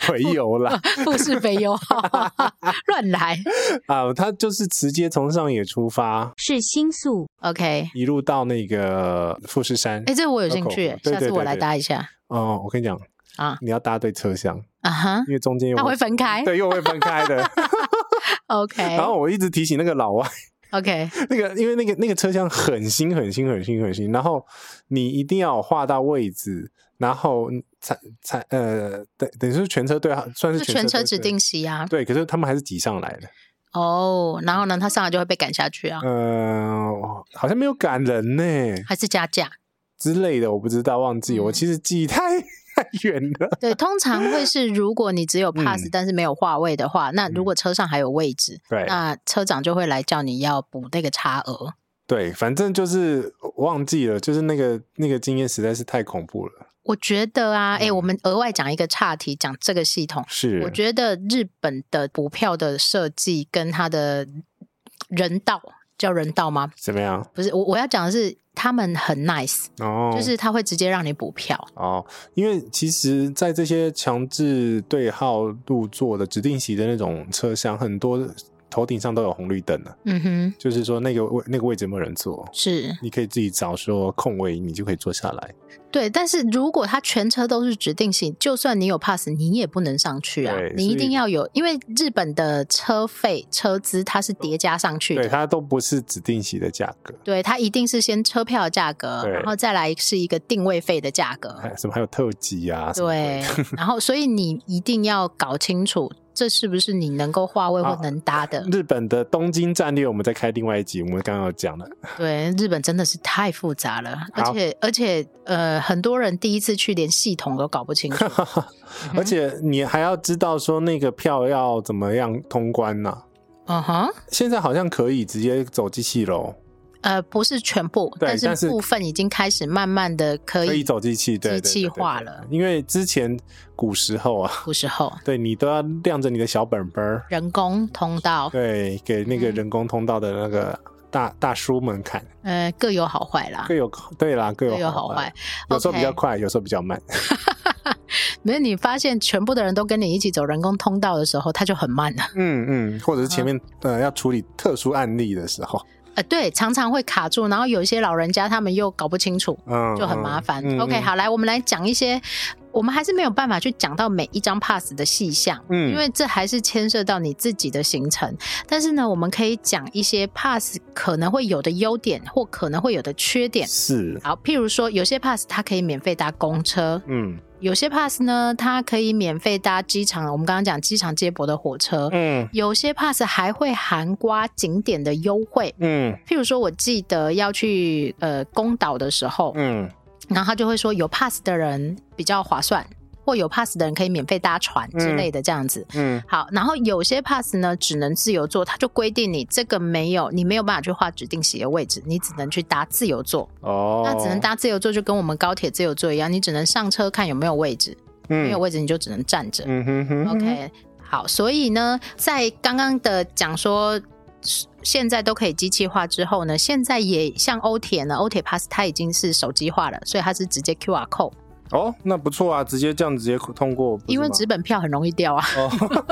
肥 油啦富士肥油号，乱来。啊，它就是直接从上野出发，是星宿 OK，一路到那个富士山。哎，这个我有兴趣 Local，，对下次对我对来对搭一下哦，我跟你讲，啊你要搭对车厢，啊哈，因为中间又它会分开。对又会分开的。 OK 然后我一直提醒那个老外， OK，那个因为那个那个车厢很新很新很新很新，然后你一定要有画到位置，然后才才呃等等于是全车对号，算就是全车对指对定席啊。对，可是他们还是挤上来的。哦，然后呢，他上来就会被赶下去嗯啊，呃，好像没有赶人呢、还是加价？之类的，我不知道，忘记。嗯我其实记忆太 太远了。对，通常会 是如果你只有 pass，、嗯但是没有话位的话，那如果车上还有位置，对那车长就会来叫你要补那个差额。对，反正就是忘记了，就是那个那个经验实在是太恐怖了。我觉得啊，哎、嗯我们额外讲一个岔题，讲这个系统，是，我觉得日本的补票的设计跟它的人道叫人道吗？怎么样？不是，我我要讲的是他们很 nice，、哦，就是他会直接让你补票。哦，因为其实，在这些强制对号入座的指定席的那种车厢，很多头顶上都有红绿灯的、嗯哼，就是说那个位那个位置有没有人坐，是你可以自己找说空位，你就可以坐下来。对。但是如果他全车都是指定性，就算你有 pass，你也不能上去啊对，你所一以定要有，因为日本的车费车资它是叠加上去对，的。它都不是指定席的价格，对，它一定是先车票的价格，对然后再来是一个定位费的价格。哎还什么还有特级啊，什么之类对的，然后所以你一定要搞清楚，这是不是你能够划位或啊能搭的。日本的东京战略，我们再开另外一集，我们刚刚有讲了。嗯对，日本真的是太复杂了，而好且而且呃，很多人第一次去连系统都搞不 清楚。而且你还要知道说那个票要怎么样通关呢、嗯哼，现在好像可以直接走机器喽，呃，不是全部，对但但是是部分已经开始慢慢的可可以以走机器，对，机器对对对化对了因为之前古时候啊， 古时候对你都要亮着你的小本本儿，人工通道，对，给那个人工通道的那个大大叔们看，呃，各有好坏啦各。有对啦，各各有有好坏，，有时候 OK 比较快，有时候比较慢，没有你发现全部的人都跟你一起走人工通道的时候，它就很慢了。嗯嗯，或者是前面呃要处理特殊案例的时候，呃，对，常常会卡住，然后有一些老人家他们又搞不清楚，嗯，就很麻嗯烦。嗯 OK，嗯好，来我们来讲一些，我们还是没有办法去讲到每一张 pass 的细项，嗯因为这还是牵涉到你自己的行程。但是呢，我们可以讲一些 pass 可能会有的优点或可能会有的缺点。是，好，譬如说，有些 pass 它可以免费搭公车，嗯有些 pass 呢，它可以免费搭机场，我们刚刚讲机场接驳的火车，嗯有些 pass 还会含刮景点的优惠。嗯譬如说，我记得要去呃宫岛的时候，嗯然后他就会说有 pass 的人比较划算，或有 pass 的人可以免费搭船之类的这样子。嗯好，然后有些 pass 呢只能自由坐，他就规定你这个没有，你没有办法去画指定席的位置，你只能去搭自由座。哦，那只能搭自由座，就跟我们高铁自由座一样，你只能上车看有没有位置，没没有，位置你就只能站着。嗯哼哼 OK，好，所以呢，在刚刚的讲说。现在都可以机器化之后呢，现在也像欧铁呢，欧铁 Pass 它已经是手机化了，所以它是直接 QR code，哦，那不错啊，直接这样直接通过，不是因为吗哦纸本票很容易掉啊，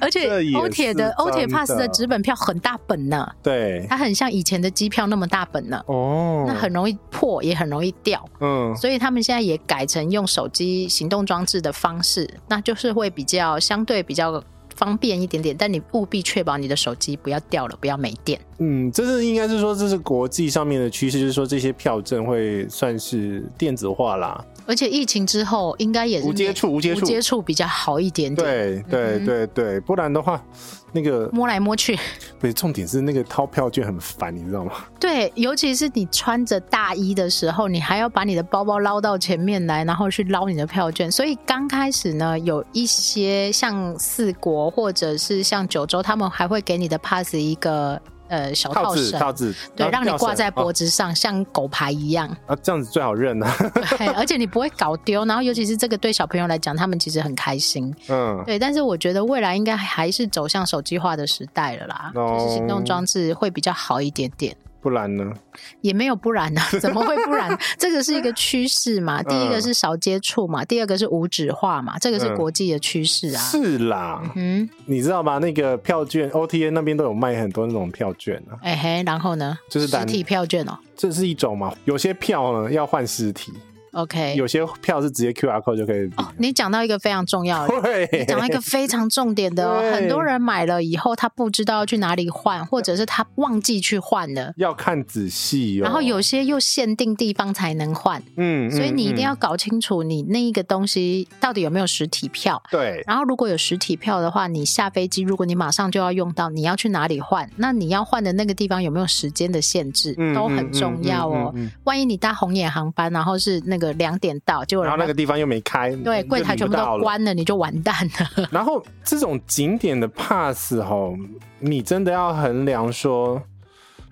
而且这也是欧铁的欧铁真的 Pass 的纸本票很大本呢， 对它很像以前的机票那么大本呢，哦，那很容易破，也很容易掉，嗯哦所以他们现在也改成用手机行动装置的方式，那就是会比较相对比较方便一点点，但你务必确保你的手机不要掉了，不要没电。嗯，这是应该是说这是国际上面的趋势，就是说这些票证会算是电子化啦，而且疫情之后应该也是无接触无接触无接触比嗯较好一点点，对对对对，不然的话，那个摸来摸去。不是重点是那个掏票券很烦，你知道吗？对，尤其是你穿着大衣的时候，你还要把你的包包捞到前面来，然后去捞你的票券。所以刚开始呢，有一些像四国或者是像九州，他们还会给你的 pass 一个呃小套套子绳，套子，对，让你挂在脖子子上，像狗牌一样。啊，这样子最好认啊， 对， 而且你不会搞丢。然后，尤其是这个对小朋友来讲，他们其实很开心。嗯，对，但是我觉得未来应该还是走向手机化的时代了啦，哦就是行动装置会比较好一点点。不然呢？也没有不然呢、怎么会不 然？这个是一个趋势嘛。第一个是少接触嘛，第二个是无纸化嘛，这个是嗯国际的趋势啊。是啦，嗯，你知道吗？那个票券 OTA 那边都有卖很多那种票券啊，哎、嘿，然后呢？就是实单体票券哦。这是一种嘛？有些票呢要换实体， OK，哦有些票是直接 QR code 就可以领。你讲到一个非常重要的， 对，哦讲到一个非常重点的哦，对很多人买了以后，他不知道要去哪里换，或者是他忘记去换了，要看仔细哦。然后有些又限定地方才能换，嗯，嗯所以你一定要嗯搞清楚你那一个东西到底有没有实体票。对然后如果有实体票的话，你下飞机，如果你马上就要用到，你要去哪里换？那你要换的那个地方有没有时间的限制，嗯都很重要哦。嗯嗯嗯嗯万一你搭红眼航班，然后是那个两点到，结果然后人家那个地方又没开，对就柜台领全不部到都了。关了，你就完蛋了。 然后这种景点的 pass 吼，你真的要衡量说，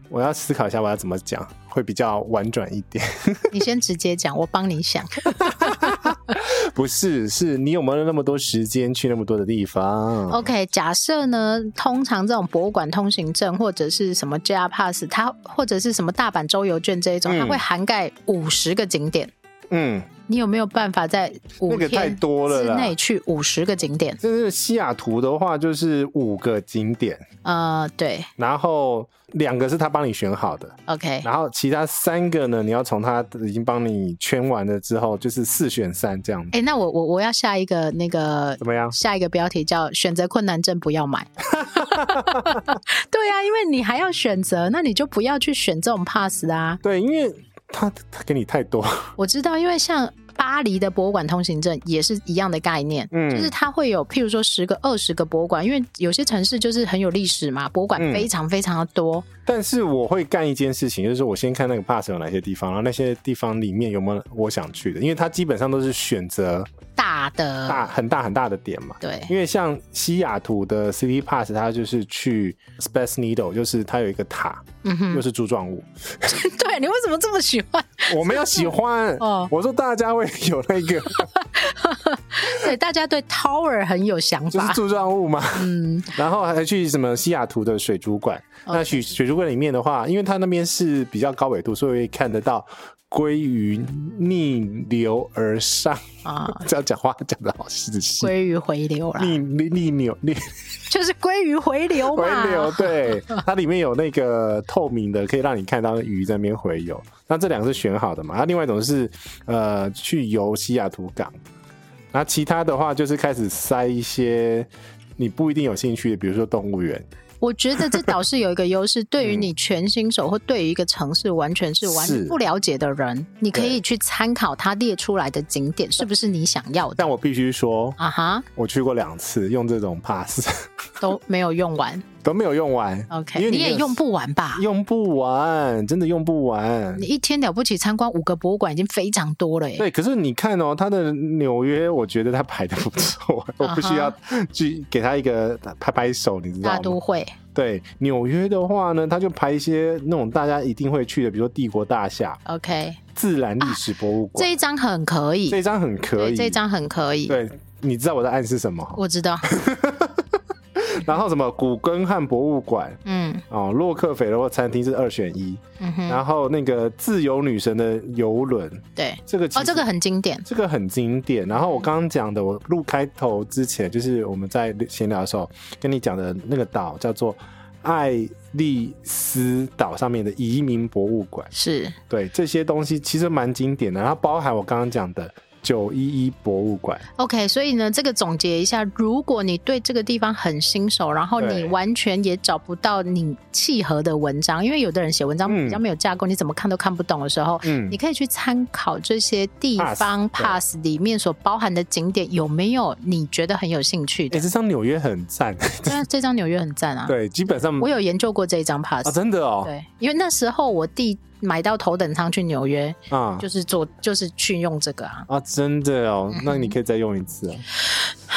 我要思考一下我要怎么讲会比较婉转一点。 嗯你先直接讲，我帮你想。不是，是你有没有那么多时间去那么多的地方 OK，假设呢，通常这种博物馆通行证或者是什么 JR Pass，它或者是什么大阪周游券这一种，嗯它会涵盖五十个景点。嗯，你有没有办法在五那个太天多了之啦内去五十个景点？这是西雅图的话，就是五个景点，呃，对然后两个是他帮你选好的， ，OK，然后其他三个呢，你要从他已经帮你圈完了之后，就是四选三这样子，哎、那我我我要下一个那个怎么样？下一个标题叫“选择困难症不要 买” 。对啊，因为你还要选择，那你就不要去选这种 pass 的啊。对，因为他他给你太多，我知道，因为像巴黎的博物馆通行证也是一样的概念，嗯就是它会有譬如说十个、二十个博物馆，因为有些城市就是很有历史嘛，博物馆嗯非常非常的多。但是我会干一件事情，就是我先看那个 pass 有哪些地方，然后那些地方里面有没有我想去的，因为它基本上都是选择大的，大很大很大的点嘛。对， 因为像西雅图的 City Pass，它就是去 Space Needle，就是它有一个塔，嗯又哼，是柱状物。对啊你为什么这么喜欢？ 我没有喜欢，哦我说大家会有那个对，大家对 Tower 很有想 就是法，柱状物嘛，嗯， 哦然后还去什么西雅图的水族馆。那水水族馆里面的话，因为它那边是比较高纬度，所以会看得到鲑鱼逆流而上。啊，这样讲话讲的好仔细。鲑鱼回流啦，逆逆逆流逆就是鲑鱼回流嘛， 回流，对，它里面有那个透明的，可以让你看到鱼在那边回游。那这两个是选好的嘛？啊那另外一种是呃去游西雅图港，那其他的话就是开始塞一些你不一定有兴趣的，比如说动物园，我觉得这倒是有一个优势，对于你全新手或对于一个城市完全是完嗯是全不了解的人，你可以对去参考他列出来的景点是不是你想要的但我必须说，啊哈，我去过两次，用这种 pass 都没有用完。都没有用完。 OK，因为你里也面有用不完吧？用不完，真的用不完你。一天了不起参观五个博物馆已经非常多了耶。对，可是你看哦，他的纽约，我觉得他排的不错， 我必须要去给他一个拍拍手，你知啊道大吗？都会，对纽约的话呢，他就排一些那种大家一定会去的，比如说帝国大厦、 OK，自然历史博物啊馆，这一张很可以，这一张很可以。对，这一张很可以，对，你知道我在暗示什么？ 我知道，然后什么古根汉博物馆嗯哦，洛克菲勒餐厅是二选一，嗯哼，然后那个自由女神的游轮，对，这个其实哦，这个很经典，这个很经典。然后我刚刚讲的，我录开头之前，就是我们在闲聊的时候跟你讲的那个岛叫做爱丽丝岛上面的移民博物馆。是对，这些东西其实蛮经典的，然后包含我刚刚讲的九一一博物馆。 OK，所以呢，这个总结一下，如果你对这个地方很新手，然后你对完全也找不到你契合的文章，因为有的人写文章嗯比较没有架构，你怎么看都看不懂的时候，嗯你可以去参考这些地方 Pass，对 pass 里面所包含的景点有没有你觉得很有兴趣哎、的。这张纽约很赞，那这张纽约很赞啊，对，基本上我有研究过这一张 pass，、啊，真的哦，对，因为那时候我弟买到头等舱去纽约，啊就是做就是去用这个啊。啊，真的哦，那你可以再用一次嗯啊。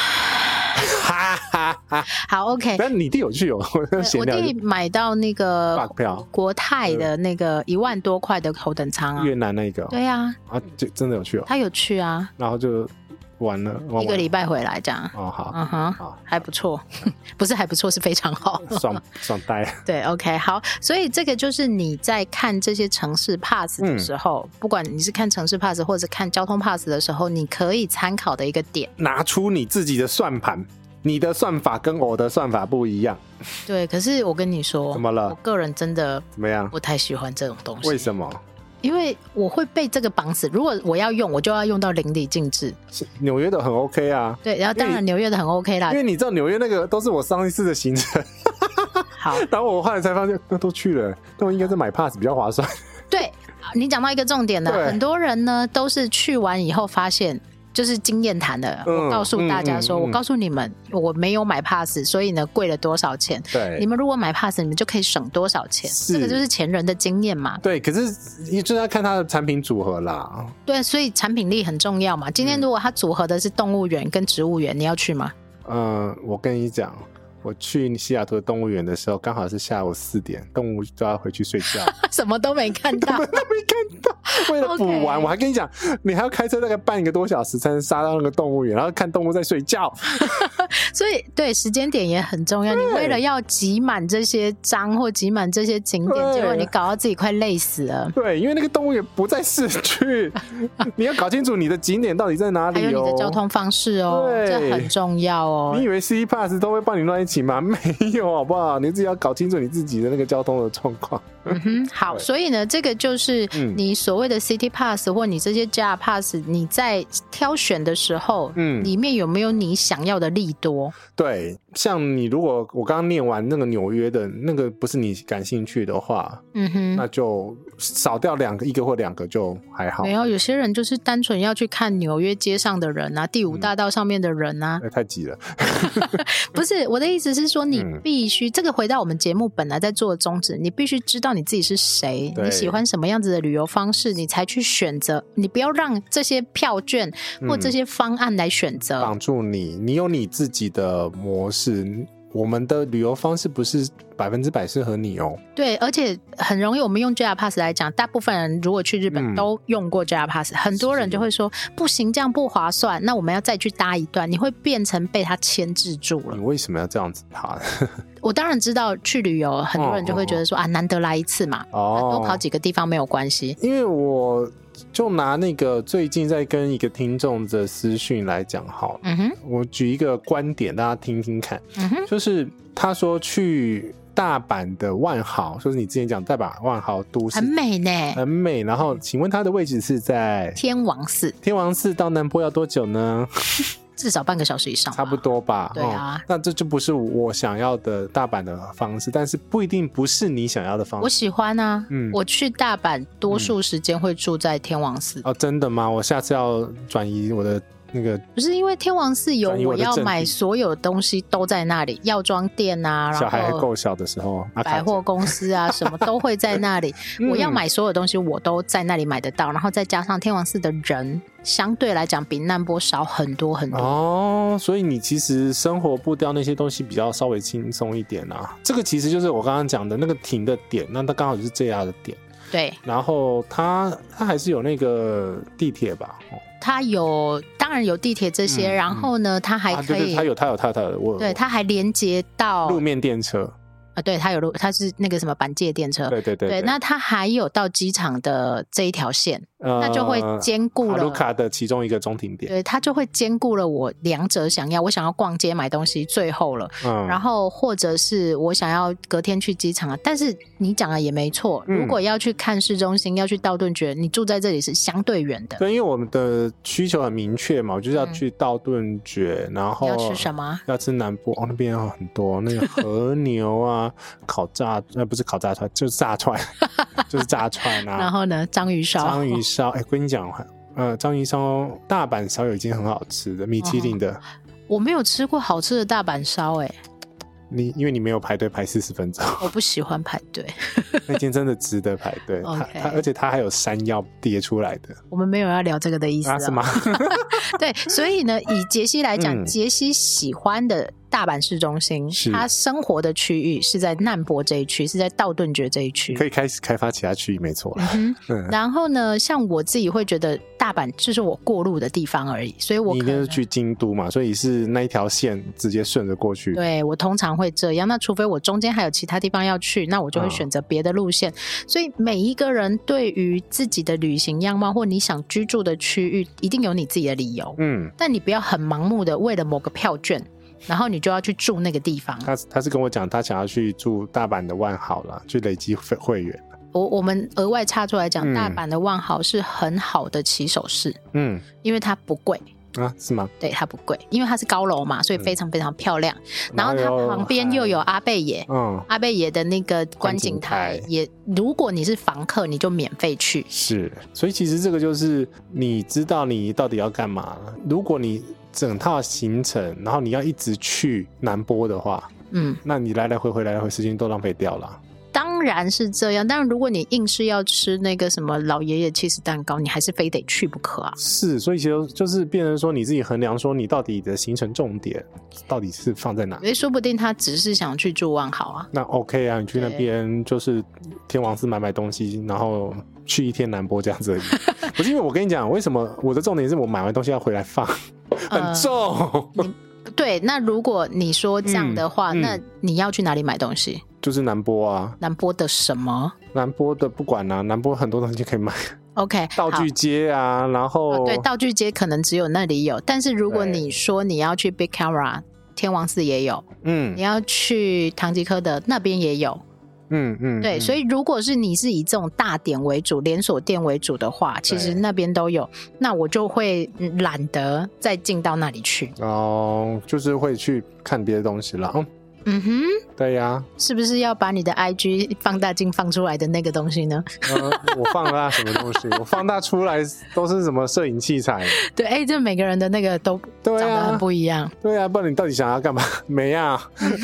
哈哈哈！好，OK，但你弟有去哦，我在哎对闲我聊弟买到那个 bug 票，国泰的那个一万多块的头等舱啊，越南那个哦对啊，啊，就真的有去哦，他有去啊，然后就完了，玩完一个礼拜回来这样，哦，好，嗯哼好，嗯还不错， 不是还不错，是非常好。爽爽呆， 对，OK，好，所以这个就是你在看这些城市 pass 嗯的时候，不管你是看城市 pass 或者看交通 pass 的时候，你可以参考的一个点。拿出你自己的算盘，你的算法跟我的算法不一样，对，可是我跟你说，怎么了我个人真的怎么样？不太喜欢这种东西，为什么？因为我会被这个绑死。如果我要用，我就要用到淋漓尽致。是纽约的很 OK 啊，对，然后当因为然纽约的很 OK 啦因，为你知道纽约那个都是我上一次的行程， 好，然后我后来才发现那都去了，那我应该是买 pass 比较划算。对啊你讲到一个重点了，对很多人呢都是去完以后发现。就是经验谈的，嗯我告诉大家说，嗯嗯嗯我告诉你们，我没有买 pass，所以呢贵了多少钱？你对们如果买 pass，你们就可以省多少钱？是这个就是前人的经验嘛。对，可是你就是要看它的产品组合啦。对，所以产品力很重要嘛。今天如果它组合的是动物园跟植物园，你要去吗？ 嗯、我跟你讲。我去西雅图的动物园的时 候，刚好是下午四点，动物都要回去睡觉， 什么都没看到，都没看到。为了补完 OK 我还跟你讲，你还要开车大概半个多小时才能杀到那个动物园，然后看动物在睡觉。所以对时间点也很重要。你对为了要挤满这些章或挤满这些景点，对结果你搞到自己快累死了。对，因为那个动物园不在市 区，你要搞清楚你的景点到底在还哪里、有哦。你的交通方式哦，对这很重要哦你。以为 C Pass 都会帮你乱一起吗？没有，好不好？你自己要搞清楚你自己的那个交通的状况。嗯哼，好，对所以呢，这个就是嗯你所谓的 City Pass 或你这些 JR Pass，你在挑选的时候，嗯里面有没有你想要的利多？对，像你如果我刚刚念完那个纽约的那个不是你感兴趣的话，嗯哼。那就少掉两个，一个或两个就还好没。有，有些人就是单纯要去看纽约街上的人啊，第嗯五大道上面的人啊，哎太急了， 不是我的意思是说，你嗯必须、这个回到我们节目本来在做的宗旨，你必须知道你自己是谁，对你喜欢什么样子的旅游方式，你才去选择。你不要让这些票券或嗯这些方案来选择。绑住你，你有你自己的模式。我们的旅游方式不是百分之百适合你哦。对，而且很容易，我们用 JR Pass 来讲，大部分人如果去日本嗯都用过 JR Pass，、很多人就会说不行，这样不划算，那我们要再去搭一段，你会变成被它牵制住了你。为什么要这样子爬？我当然知道去旅游，很多人就会觉得说、啊，难得来一次嘛，多 哦，跑几个地方没有关系。因为我就拿那个最近在跟一个听众的私讯来讲好了，嗯哼，我举一个观点，大家听听看，嗯哼，就是他说去大阪的万豪，就是你之前讲大阪万豪都市很美嗯呢，很美，然后请问它的位置是在天王寺天王寺到南波要多久呢？至少半个小时以上，差不。多吧。对啊哦那这就不是我想要的大阪的方式，但是不一定不是你想要的方我式。喜欢啊，嗯我去大阪多数时间会住在天王寺，哦，真的吗？我下次要转移我的那个不是因为天王寺有转移我我的要阵地买所有东西都在那里，药妆店啊，小孩还然后够小的时候，阿百卡货公司 啊，什么都会在那里。嗯我要买所有东西，我都在那里买得到。然后再加上天王寺的人，相对来讲比难波少很多很多。哦，所以你其实生活步调那些东西比较稍微轻松一点啊。这个其实就是我刚刚讲的那个停的点，那它刚好就是 JR 的点，对，然后它它还是有那个地铁吧？哦它有当然有地铁这些，嗯然后呢，它还啊，可对以，对，它有它有它有它有我对，它还连接到路面电车，啊，对，它有路，它是那个什么板界电车。对对对那它还有到机场的这一条线，那那就会兼顾了卢呃卡的其中一个中停点，对，它就会兼顾了我两者想要，我想要逛街买东西，最后了，嗯，然后或者是我想要隔天去机场啊。但是你讲的也没错，嗯如果要去看市中心，要去道顿崛，你住在这里是相对远的。对，因为我们的需求很明确嘛，我就是要嗯去道顿崛，然后你要吃什么？要吃南部哦，那边有很多那个和牛啊，烤炸呃不是烤炸串，就是炸串， 就是炸串然啊，后呢，章鱼烧。章鱼烧。哎、跟你讲，呃，章鱼烧大阪烧有一间很好吃的，米其林的，哦我没有吃过好吃的大阪烧、欸，你因为你没有排队排四十分钟，我不喜欢排队。那间真的值得排队。它 OK 它而且它还有山药叠出来的我们没有要聊这个的意思、啊什么？ 对，所以呢，以杰西来讲，嗯杰西喜欢的大阪市中心，是他生活的区域是在难波这一区，是在道顿崛这一区可。以开始开发其他区域，没错了。 嗯嗯然后呢，像我自己会觉得大阪就是我过路的地方而已，所以我你一可定能是去京都嘛，所以是那一条线直接顺着过去。对我通常会这样。那除非我中间还有其他地方要去，那我就会嗯选择别的路线。所以每一个人对于自己的旅行样貌或你想居住的区域，一定有你自己的理由。嗯，但你不要很盲目的为了某个票 券，然后你就要去住那个地方。他他是跟我讲，他想要去住大阪的万豪啦，去累积会会员。我我们额外插出来讲，嗯大阪的万豪是很好的起手式，嗯因为它不贵，啊，是吗？对它不贵，因为它是高楼嗯嘛，所以非常非常漂亮。然后它然后有旁边又有阿贝野，嗯，阿贝野的那个观景台观景台也，如果你是房客，你就免费去。是，所以其实这个就是你知道你到底要干嘛了。如果你整套行程，然后你要一直去南波的话，嗯，那你来来回回来来回时间都浪费掉了。当然是这样。但如果你硬是要吃那个什么老爷爷气死蛋糕，你还是非得去不可啊。是，所以其实就是变成说你自己衡量说你到底的行程重点到底是放在哪。因为说不定他只是想去住万豪啊。那 OK 啊，你去那边就是天王寺买买东西，然后去一天南波这样子而已。不是因为我跟你讲，为什么我的重点是我买完东西要回来放，呃嗯很重，对，那如果你说这样的话，嗯嗯那你要去哪里买东西？就是南波啊，南波的什么南波的不管啊，南波很多东西可以买， ？OK，道具街啊，然好、哦后、对，道具街可能只有那里有，但是如果对你说你要去 Big Camera 天王寺也有，嗯你要去唐吉诃德那边也有，嗯嗯，对，所以以如果是你是以这种大点为主、连锁店为主的话，其实对那边都有，那我就会嗯懒得再进到那里去。哦，就是会去看别的东西了。嗯，嗯哼，对呀、是不是要把你的 IG 放大镜放出来的那个东西呢？ 呃我放大什么东西？我放大出来都是什么摄影器材？对，哎、这每个人的那个都对长得啊很，不一样。对啊，不然你到底想要干嘛？没啊，嗯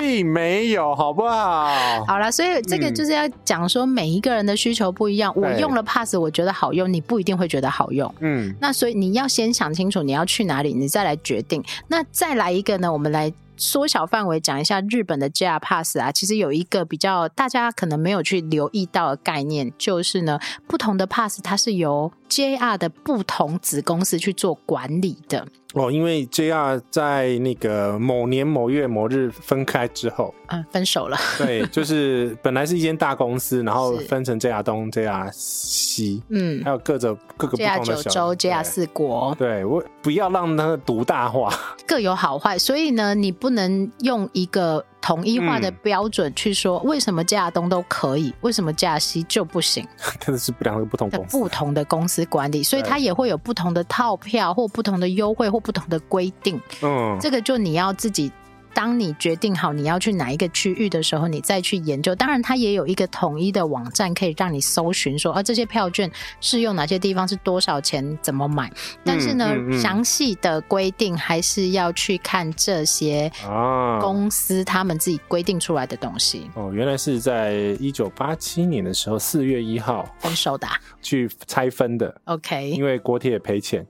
并没有，好不好？好啦，所以这个嗯就是要讲说每一个人的需求不一样。我对用了 Pass，我觉得好用，你不一定会觉得好用。嗯，那所以你要先想清楚你要去哪里，你再来决定。那再来一个呢，我们来缩小范围讲一下日本的 JR Pass 啊，其实有一个比较大家可能没有去留意到的概念，就是呢，不同的 Pass 它是由 JR 的不同子公司去做管理的。哦，因为 JR 在那个某年某月某日分开之后，嗯，分手了，对，就是本来是一间大公司，然 后是分成 JR 东、JR 西，嗯还有各种各个不，JR 同九的州、小 JR 四国对对我不要让它独大化， 各有好坏，所以呢，你不能用一个统一化的嗯标准去说为什么 JR 东都可以，为什么 JR 西就不行。真的是两个不同的公司。不同的公司管理，所以对它也会有不同的套票或不同的优惠或不同的规定。嗯，这个就你要自己，当你决定好你要去哪一个区域的时候，你再去研究。当然，它也有一个统一的网站可以让你搜寻说，啊，这些票券适用哪些地方，是多少钱，怎么买。但是呢，嗯嗯嗯详细的规定还是要去看这些啊，公司他们自己规定出来的东西。哦，原来是在一九八七年的时候，四月一号分手的啊、去拆分的， OK，因为国铁赔钱，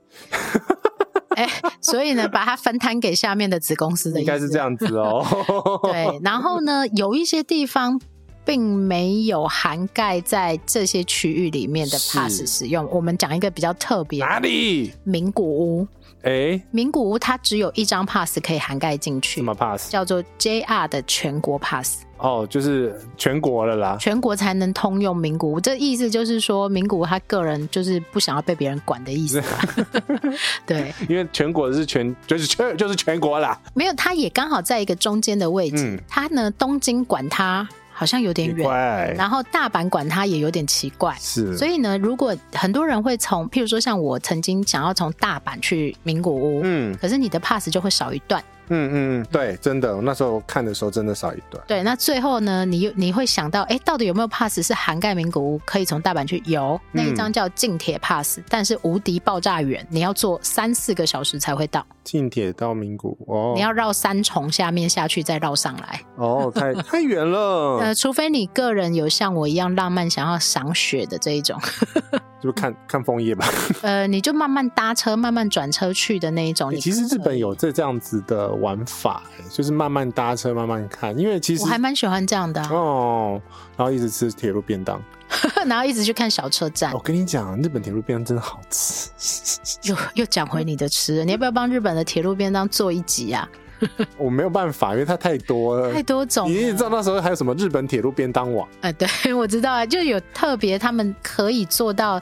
哎、所以呢，把它分摊给下面的子公司的意应思该是这样子哦。 对，然后呢，有一些地方并没有涵盖在这些区域里面的是啊 pass 使用。我们讲一个比较特别哪的，里？名古屋，哎、名古屋它只有一张 pass 可以涵盖进什去么。pass？叫做 JR 的全国 pass，哦，就是全国了啦。全国才能通用名古屋。这意思就是说，名古屋他个人就是不想要被别人管的意 思啦。 对，因为全国是全，就是全就是全国啦，没有，他也刚好在一个中间的位置嗯。他呢，东京管他好像有点愉远，快然后大阪管它也有点奇怪。是，所以以呢，如果很多人会从，譬如说像我曾经想要从大阪去名古屋，嗯可是你的 pass 就会少一段，嗯嗯，对，真的，我那时候看的时候真的少一段，对，那最后呢，你又你会想到，哎，到底有没有 pass 是涵盖名古屋，可以从大阪去游？那一张叫近铁 pass，、但是无敌爆炸远，你要坐三四个小时才会到，近铁到名古哦，你要绕三重下面下去再绕上来，哦， 太太远了呃，，除非你个人有像我一样浪漫，想要赏雪的这一 种。就看看枫叶吧。呃，你就慢慢搭车，慢慢转车去的那一种。欸你其实日本有这这样子的玩法、欸就是慢慢搭车，慢慢看，因为其实我还蛮喜欢这样的啊、哦，然后一直吃铁路便当。 然后一直去看小车站我。跟你讲，日本铁路便当真的好吃。 又又讲回你的吃嗯的，你要不要帮日本的铁路便当做一集啊？我没有办法，因为它太多了。太多种呃你也知了，道那时候还有什么日本铁路便当网？呃， 对，我知道啊，就有特别他们可以做到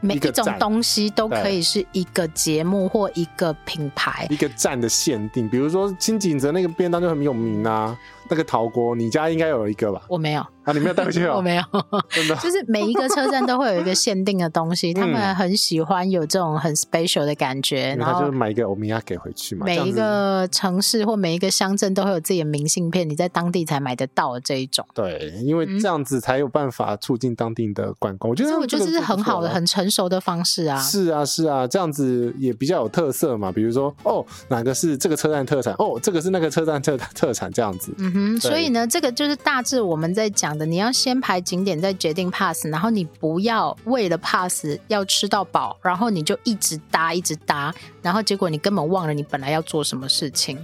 每一一个种站东西都对可以是一个节目或一个品牌。一个站的限定，比如说新井泽那个便当就很有名啊，那个陶锅，你家应该有一个吧？我没有，啊，你没有带回去我哦，没有， 真的 嗯就是每一个车站都会有一个限定的东西，他们很喜欢有这种很 special 的感觉，因为然他后就是买一个欧米亚给回去嘛，每一这样子个城市或每一个乡镇都会有自己的明信片，你在当地才买得到的这一种。对，因为这样子才有办法促进当地的观光。我觉嗯所得以我觉得这是个不错很好的、啊很成熟的方式啊。是啊，是啊，这样子也比较有特色嘛。比如说，哦，哪个是这个车站特产？哦，这个是那个车站特 特产，这样子。嗯哼，所以呢，这个就是大致我们在讲的，你要先排景点，再决定 pass，然后你不要为了 pass 要吃到饱，然后你就一直搭一直搭，然后结果你根本忘了你本来要做什么事 情。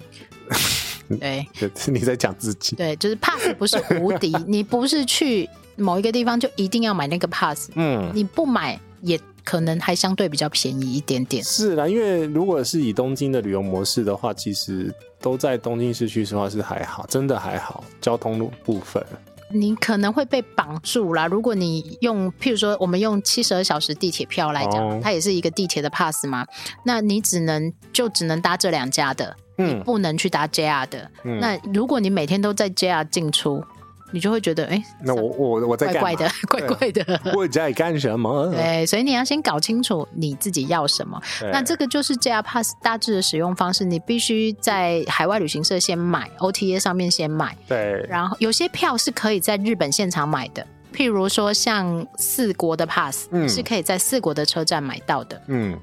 对对，你在讲自己。对，就是 pass 不是无敌，你不是去某一个地方就一定要买那个 pass，嗯，你不买也可能还相对比较便宜一点点。是啦，因为如果是以东京的旅游模式的话，其实都在东京市区，实话是还好，真的还好，交通路部分。你可能会被绑住啦。如果你用，譬如说，我们用七十二小时地铁票来讲，哦它也是一个地铁的 pass 嘛，那你只能就只能搭这两家的，嗯不能去搭 JR 的。嗯，那如果你每天都在 JR 进出，你就会觉得，哎、那我我我在怪干嘛怪的，怪 对啊怪的。 我在干什么？对，所以你要先搞清楚你自己要什么。对那这个就是 JR Pass 大致的使用方式，你必须在海外旅行社先买，OTA 上面先买，对然后有些票是可以在日本现场买的，譬如说像四国的 pass，、嗯是可以在四国的车站买到的。嗯，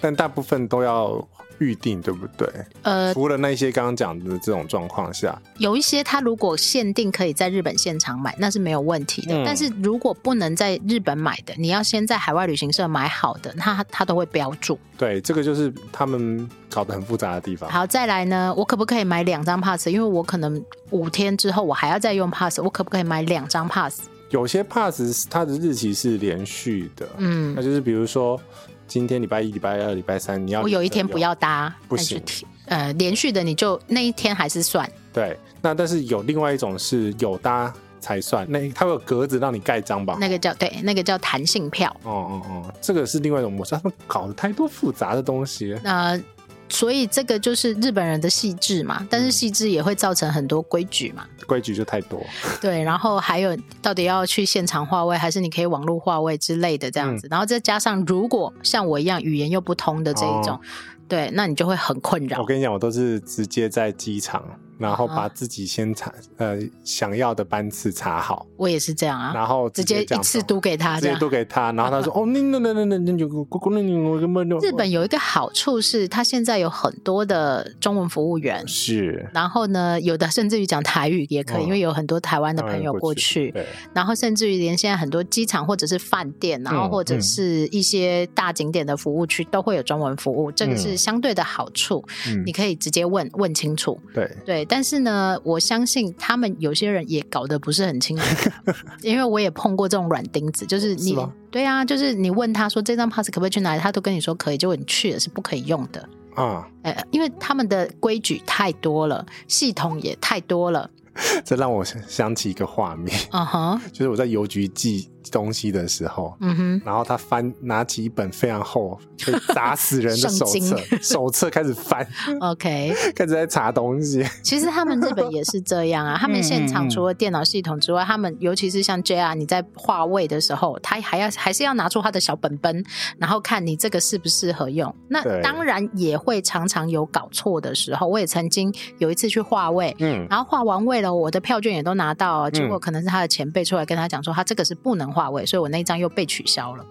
但大部分都要预定，对不对？呃，除了那些刚刚讲的这种状况下，有一些它如果限定可以在日本现场买，那是没有问题的。嗯但是如果不能在日本买的，你要先在海外旅行社买好的，那它它都会标注。对，这个就是他们搞得很复杂的地方。好，再来呢，我可不可以买两张 pass？因为我可能五天之后我还要再用 pass，我可不可以买两张 pass？有些 pass 它的日期是连续的，嗯那，就是比如说今天礼拜一、礼拜二、礼拜三，你要我有一天不要搭，不那就行提呃，连续的你就那一天还是算。对。那但是有另外一种是有搭才算，那它会有格子让你盖章吧？那个叫对，那个叫弹性票。哦哦哦，这个是另外一种模式，他们搞了太多复杂的东西。那、所以这个就是日本人的细致嘛，但是细致也会造成很多规矩 嘛。规矩就太多。对，然后还有到底要去现场化位，还是你可以网络化位之类的这样子。然后再加上如果像我一样语言又不通的这一种，哦对，那你就会很困我扰。跟你讲，我都是直接在机场，然啊后把自己先查、呃想要的班次查好，我也是这样啊，然后直接接一次都都给他直这接样啊都。给他，然后他说哦，那那那那那那就那那那日本有一个好处是，它现在有很多的中文服务员，是然后呢，有的甚至于讲台语也可以，嗯因为有很多台湾的朋友哦过去。对然后甚至于连现在很多机场或者是饭店，嗯然后或者是一些大景点的服务区都会有中文服务，这个是相对的好处，嗯你可以直接问问清楚。对对，但是呢，我相信他们有些人也搞得不是很清楚， 因为我也碰过这种软钉子，就是你是吗对啊，就是你问他说这张 pass 可不可以去哪里，他都跟你说可以，结果你去了是不可以用的。啊，呃，因为他们的规矩太多了，系统也太多了，这让我想想起一个画面， 嗯哼，就是我在邮局寄东西的时候。嗯哼。然后他翻拿起一本非常厚、可以砸死人的 手圣经册，手册开始翻， OK，开始在查东西。其实他们日本也是这样啊，他们现场除了电脑系统之外，他们尤其是像 JR，你在划位的时候，他还要还是要拿出他的小本本，然后看你这个适不适合用。那对当然也会常常有搞错的时候，我也曾经有一次去划位。嗯，然后划完位了，我的票券也都拿到了，结果可能是他的前辈出来跟他讲说，他这个是不能划位，所以我那一张又被取消了。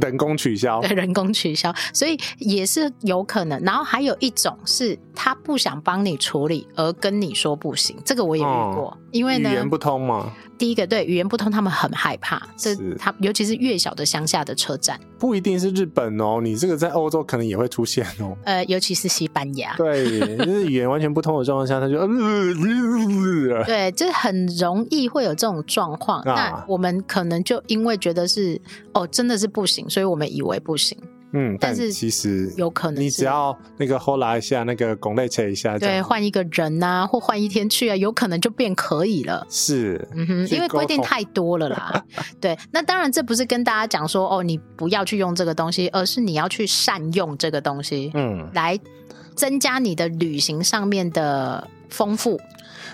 人工嗯取消。对，人工取消，所以也是有可能。然后还有一种是他不想帮你处理，而跟你说不行，这个我也遇过。因为哦语呢，言不通嘛，第一个对语言不通，他们很害怕，这是他尤其是越小的乡下的车站，不一定是日本哦，你这个在欧洲可能也会出现 哦。呃，尤其是西班牙，对，就是语言完全不通的状况下，他就 呃，对，这很容易会有这种状况。啊那我们可能就因为觉得是哦，真的是不行，所以我们以为不行，嗯，但但是其实有可能是你只要那个 hold 拉一下，那个拱类切一下，这对样换一个人呐、或换一天去啊，有可能就变可以了。是嗯哼，去因为沟规定通太多了 啦。对，那当然这不是跟大家讲说哦，你不要去用这个东西，而是你要去善用这个东西，嗯，来增加你的旅行上面的丰富。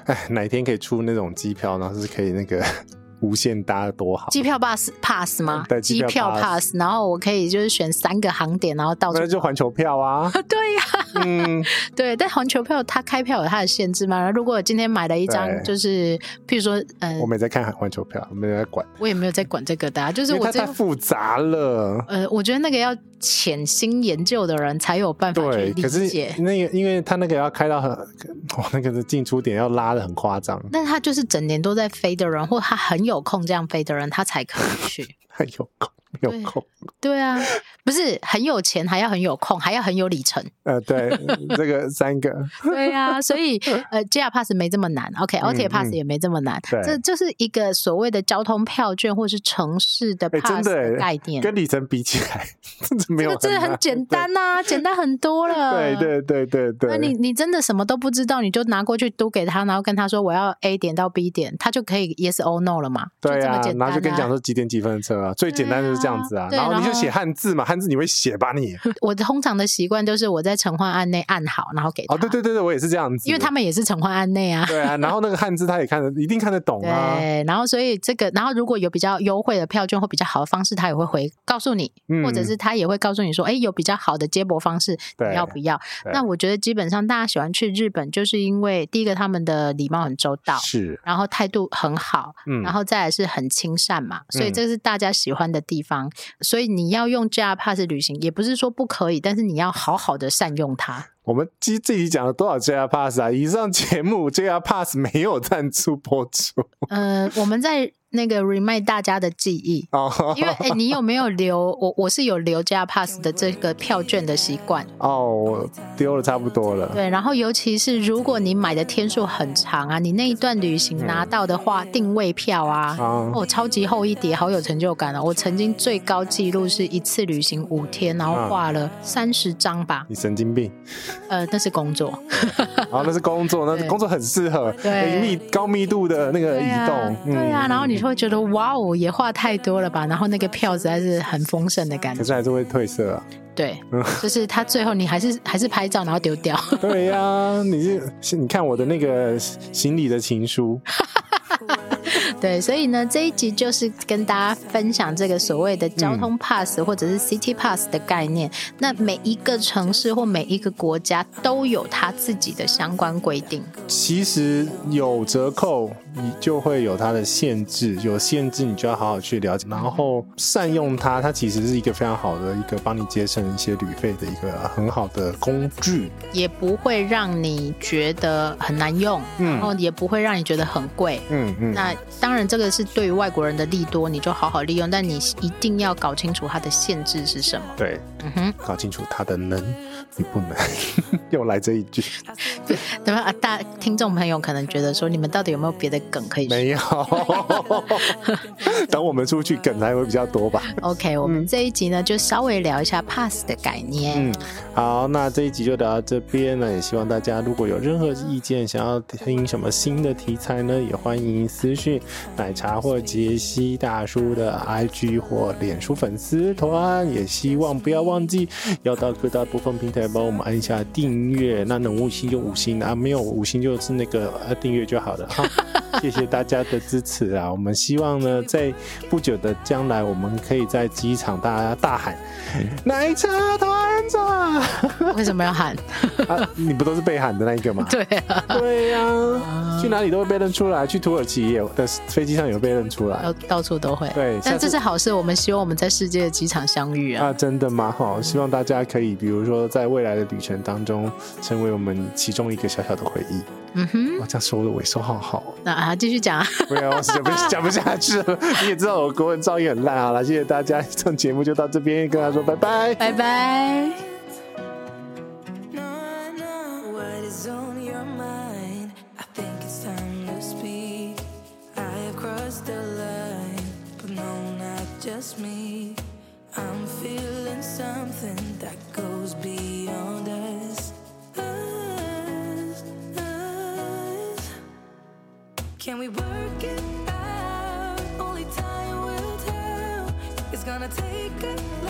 哎，哪一天可以出那种机票，然后是可以那个 无限搭多好，机票 pass pass 吗嗯对？机机票票 pass pass，然后我可以就是选三个航点，然后到处那。就环球票啊， 对呀、嗯，对，但环球票它开票有它的限制嘛。如果今天买了一张对，就是譬如说，呃我，没在看环球票，我没有在管，我也没有在管这个的、啊，就是因我为它这太复杂了，呃，我觉得那个要潜心研究的人才有办法去对，可理是解。那个因为他那个要开到很，哇，那个的进出点要拉的很夸张，但他就是整年都在飞的人，或他很有空这样飞的人，他才可以 去。还有空有对空，对啊，不是很有钱，还要很有空，还要很有里 程。呃，对，这个三 个，对啊，所以呃，JR Pass 没这么难，OK，嗯 OTA Pass 嗯也没这么难，对这就是一个所谓的交通票券或是城市的哎、真 pass 的的耶概念，跟里程比起来， 真的这没有个真的很难简单呐、简单很多了。对，对对对对那对，你你真的什么都不知道，你就拿过去嘟给他，然后跟他说我要 A 点到 B 点，他就可以 Yes or No 了嘛，就对这么啊，简然单、后啊。就跟你讲说几点几分的车啊，最简单就是这样子啊，对啊然后你对就然后写汉字嘛，汉字你会写吧你？我通常的习惯就是我在陈焕案内按好，然后给他。哦，对对对对，我也是这样子，因为他们也是陈焕案内啊。对啊，然后那个汉字他也看得，一定看得懂啊，对，然后所以这个，然后如果有比较优惠的票券或比较好的方式，他也会回告诉你，嗯或者是他也会告诉你说，哎，有比较好的接驳方式，对你要不要？对那我觉得基本上大家喜欢去日本，就是因为第一个他们的礼貌很周到，是，然后态度很好，嗯，然后再来是很亲善嘛，所以嗯这是大家喜欢的地方。所以你要用 JR Pass 旅行，也不是说不可以，但是你要好好的善用它。我们自自己讲了多少 JR Pass 啊？以上节目 JR Pass 没有赞助播出呃，我们在那个 remind 大家的记忆。哦因为哎、你有没有留我？我是有留 JR Pass 的这个票券的习惯，哦，我丢了差不多了。对。然后尤其是如果你买的天数很长啊，你那一段旅行拿到的话，定位票啊，嗯啊哦，超级厚一叠，好有成就感哦！我曾经最高纪录是一次旅行五天，然后嗯画了三十张吧，你神经病！呃，那是工作，然后那是工作，那对工作很适合对哎密高密度的那个移动，嗯对啊，然后你就会觉得哇哦，也画太多了吧？然后那个票实在是很丰盛的感可觉，是还是会褪色啊。对，就是他最后你还是 还是拍照然后丢掉， 对呀、你是是你看我的那个行李的情书，对，所以呢这一集就是跟大家分享这个所谓的交通嗯 pass 或者是 city pass 的概念。那每一个城市或每一个国家都有它自己的相关规定。其实有折扣，你就会有它的限制，有限制你就要好好去了解，然后善用它，它其实是一个非常好的一个帮你节省一些旅费的一个很好的工具。也不会让你觉得很难用，嗯然后也不会让你觉得很贵。嗯嗯，那当然，这个是对于外国人的利多，你就好好利用，但你一定要搞清楚它的限制是什么。对，嗯哼，搞清楚它的能与不能， 又来这一 句，对吧？啊，大听众朋友可能觉得说，你们到底有没有别的梗可以说没有， 等我们出去梗才会比较多吧。 ？OK，我们这一集呢，就稍微聊一下 pass 的概念。嗯，好，那这一集就聊到这边了，也希望大家如果有任何意见，想要听什么新的题材呢，也欢迎私讯奶茶或杰西大叔的 IG 或脸书粉丝团，也希望不要忘记要到各大播放平台帮我们按下订阅，那能五星就五星啊，没有五星就是那个呃订阅就好了哈。谢谢大家的支持啊！我们希望呢，在不久的将来，我们可以在机场大家大喊奶茶团长为什么要喊？啊！你不都是被喊的那一个吗？ 对啊对呀、去哪里都会被认出来，去土耳其也的飞机上有被认出来到到处都会。对但下次这是好事，我们希望我们在世界的机场相遇啊。啊！真的吗？哈，希望大家可以，比如说在未来的旅程当中，成为我们其中一个小小的回忆。嗯哼，哇，这样说的我收好好哦，那啊，继续讲啊。不然我讲不讲不下去了。你也知道我国文造诣很烂，好了，谢谢大家，这节目就到这边，跟大家说拜拜。拜拜。 No, I know what is on your mind. I think it's time to speak. I have crossed the line, but no, not just me. I'm feeling something that goes beyond us. Us, us. Can we work it out? Only time will tell. It's gonna take a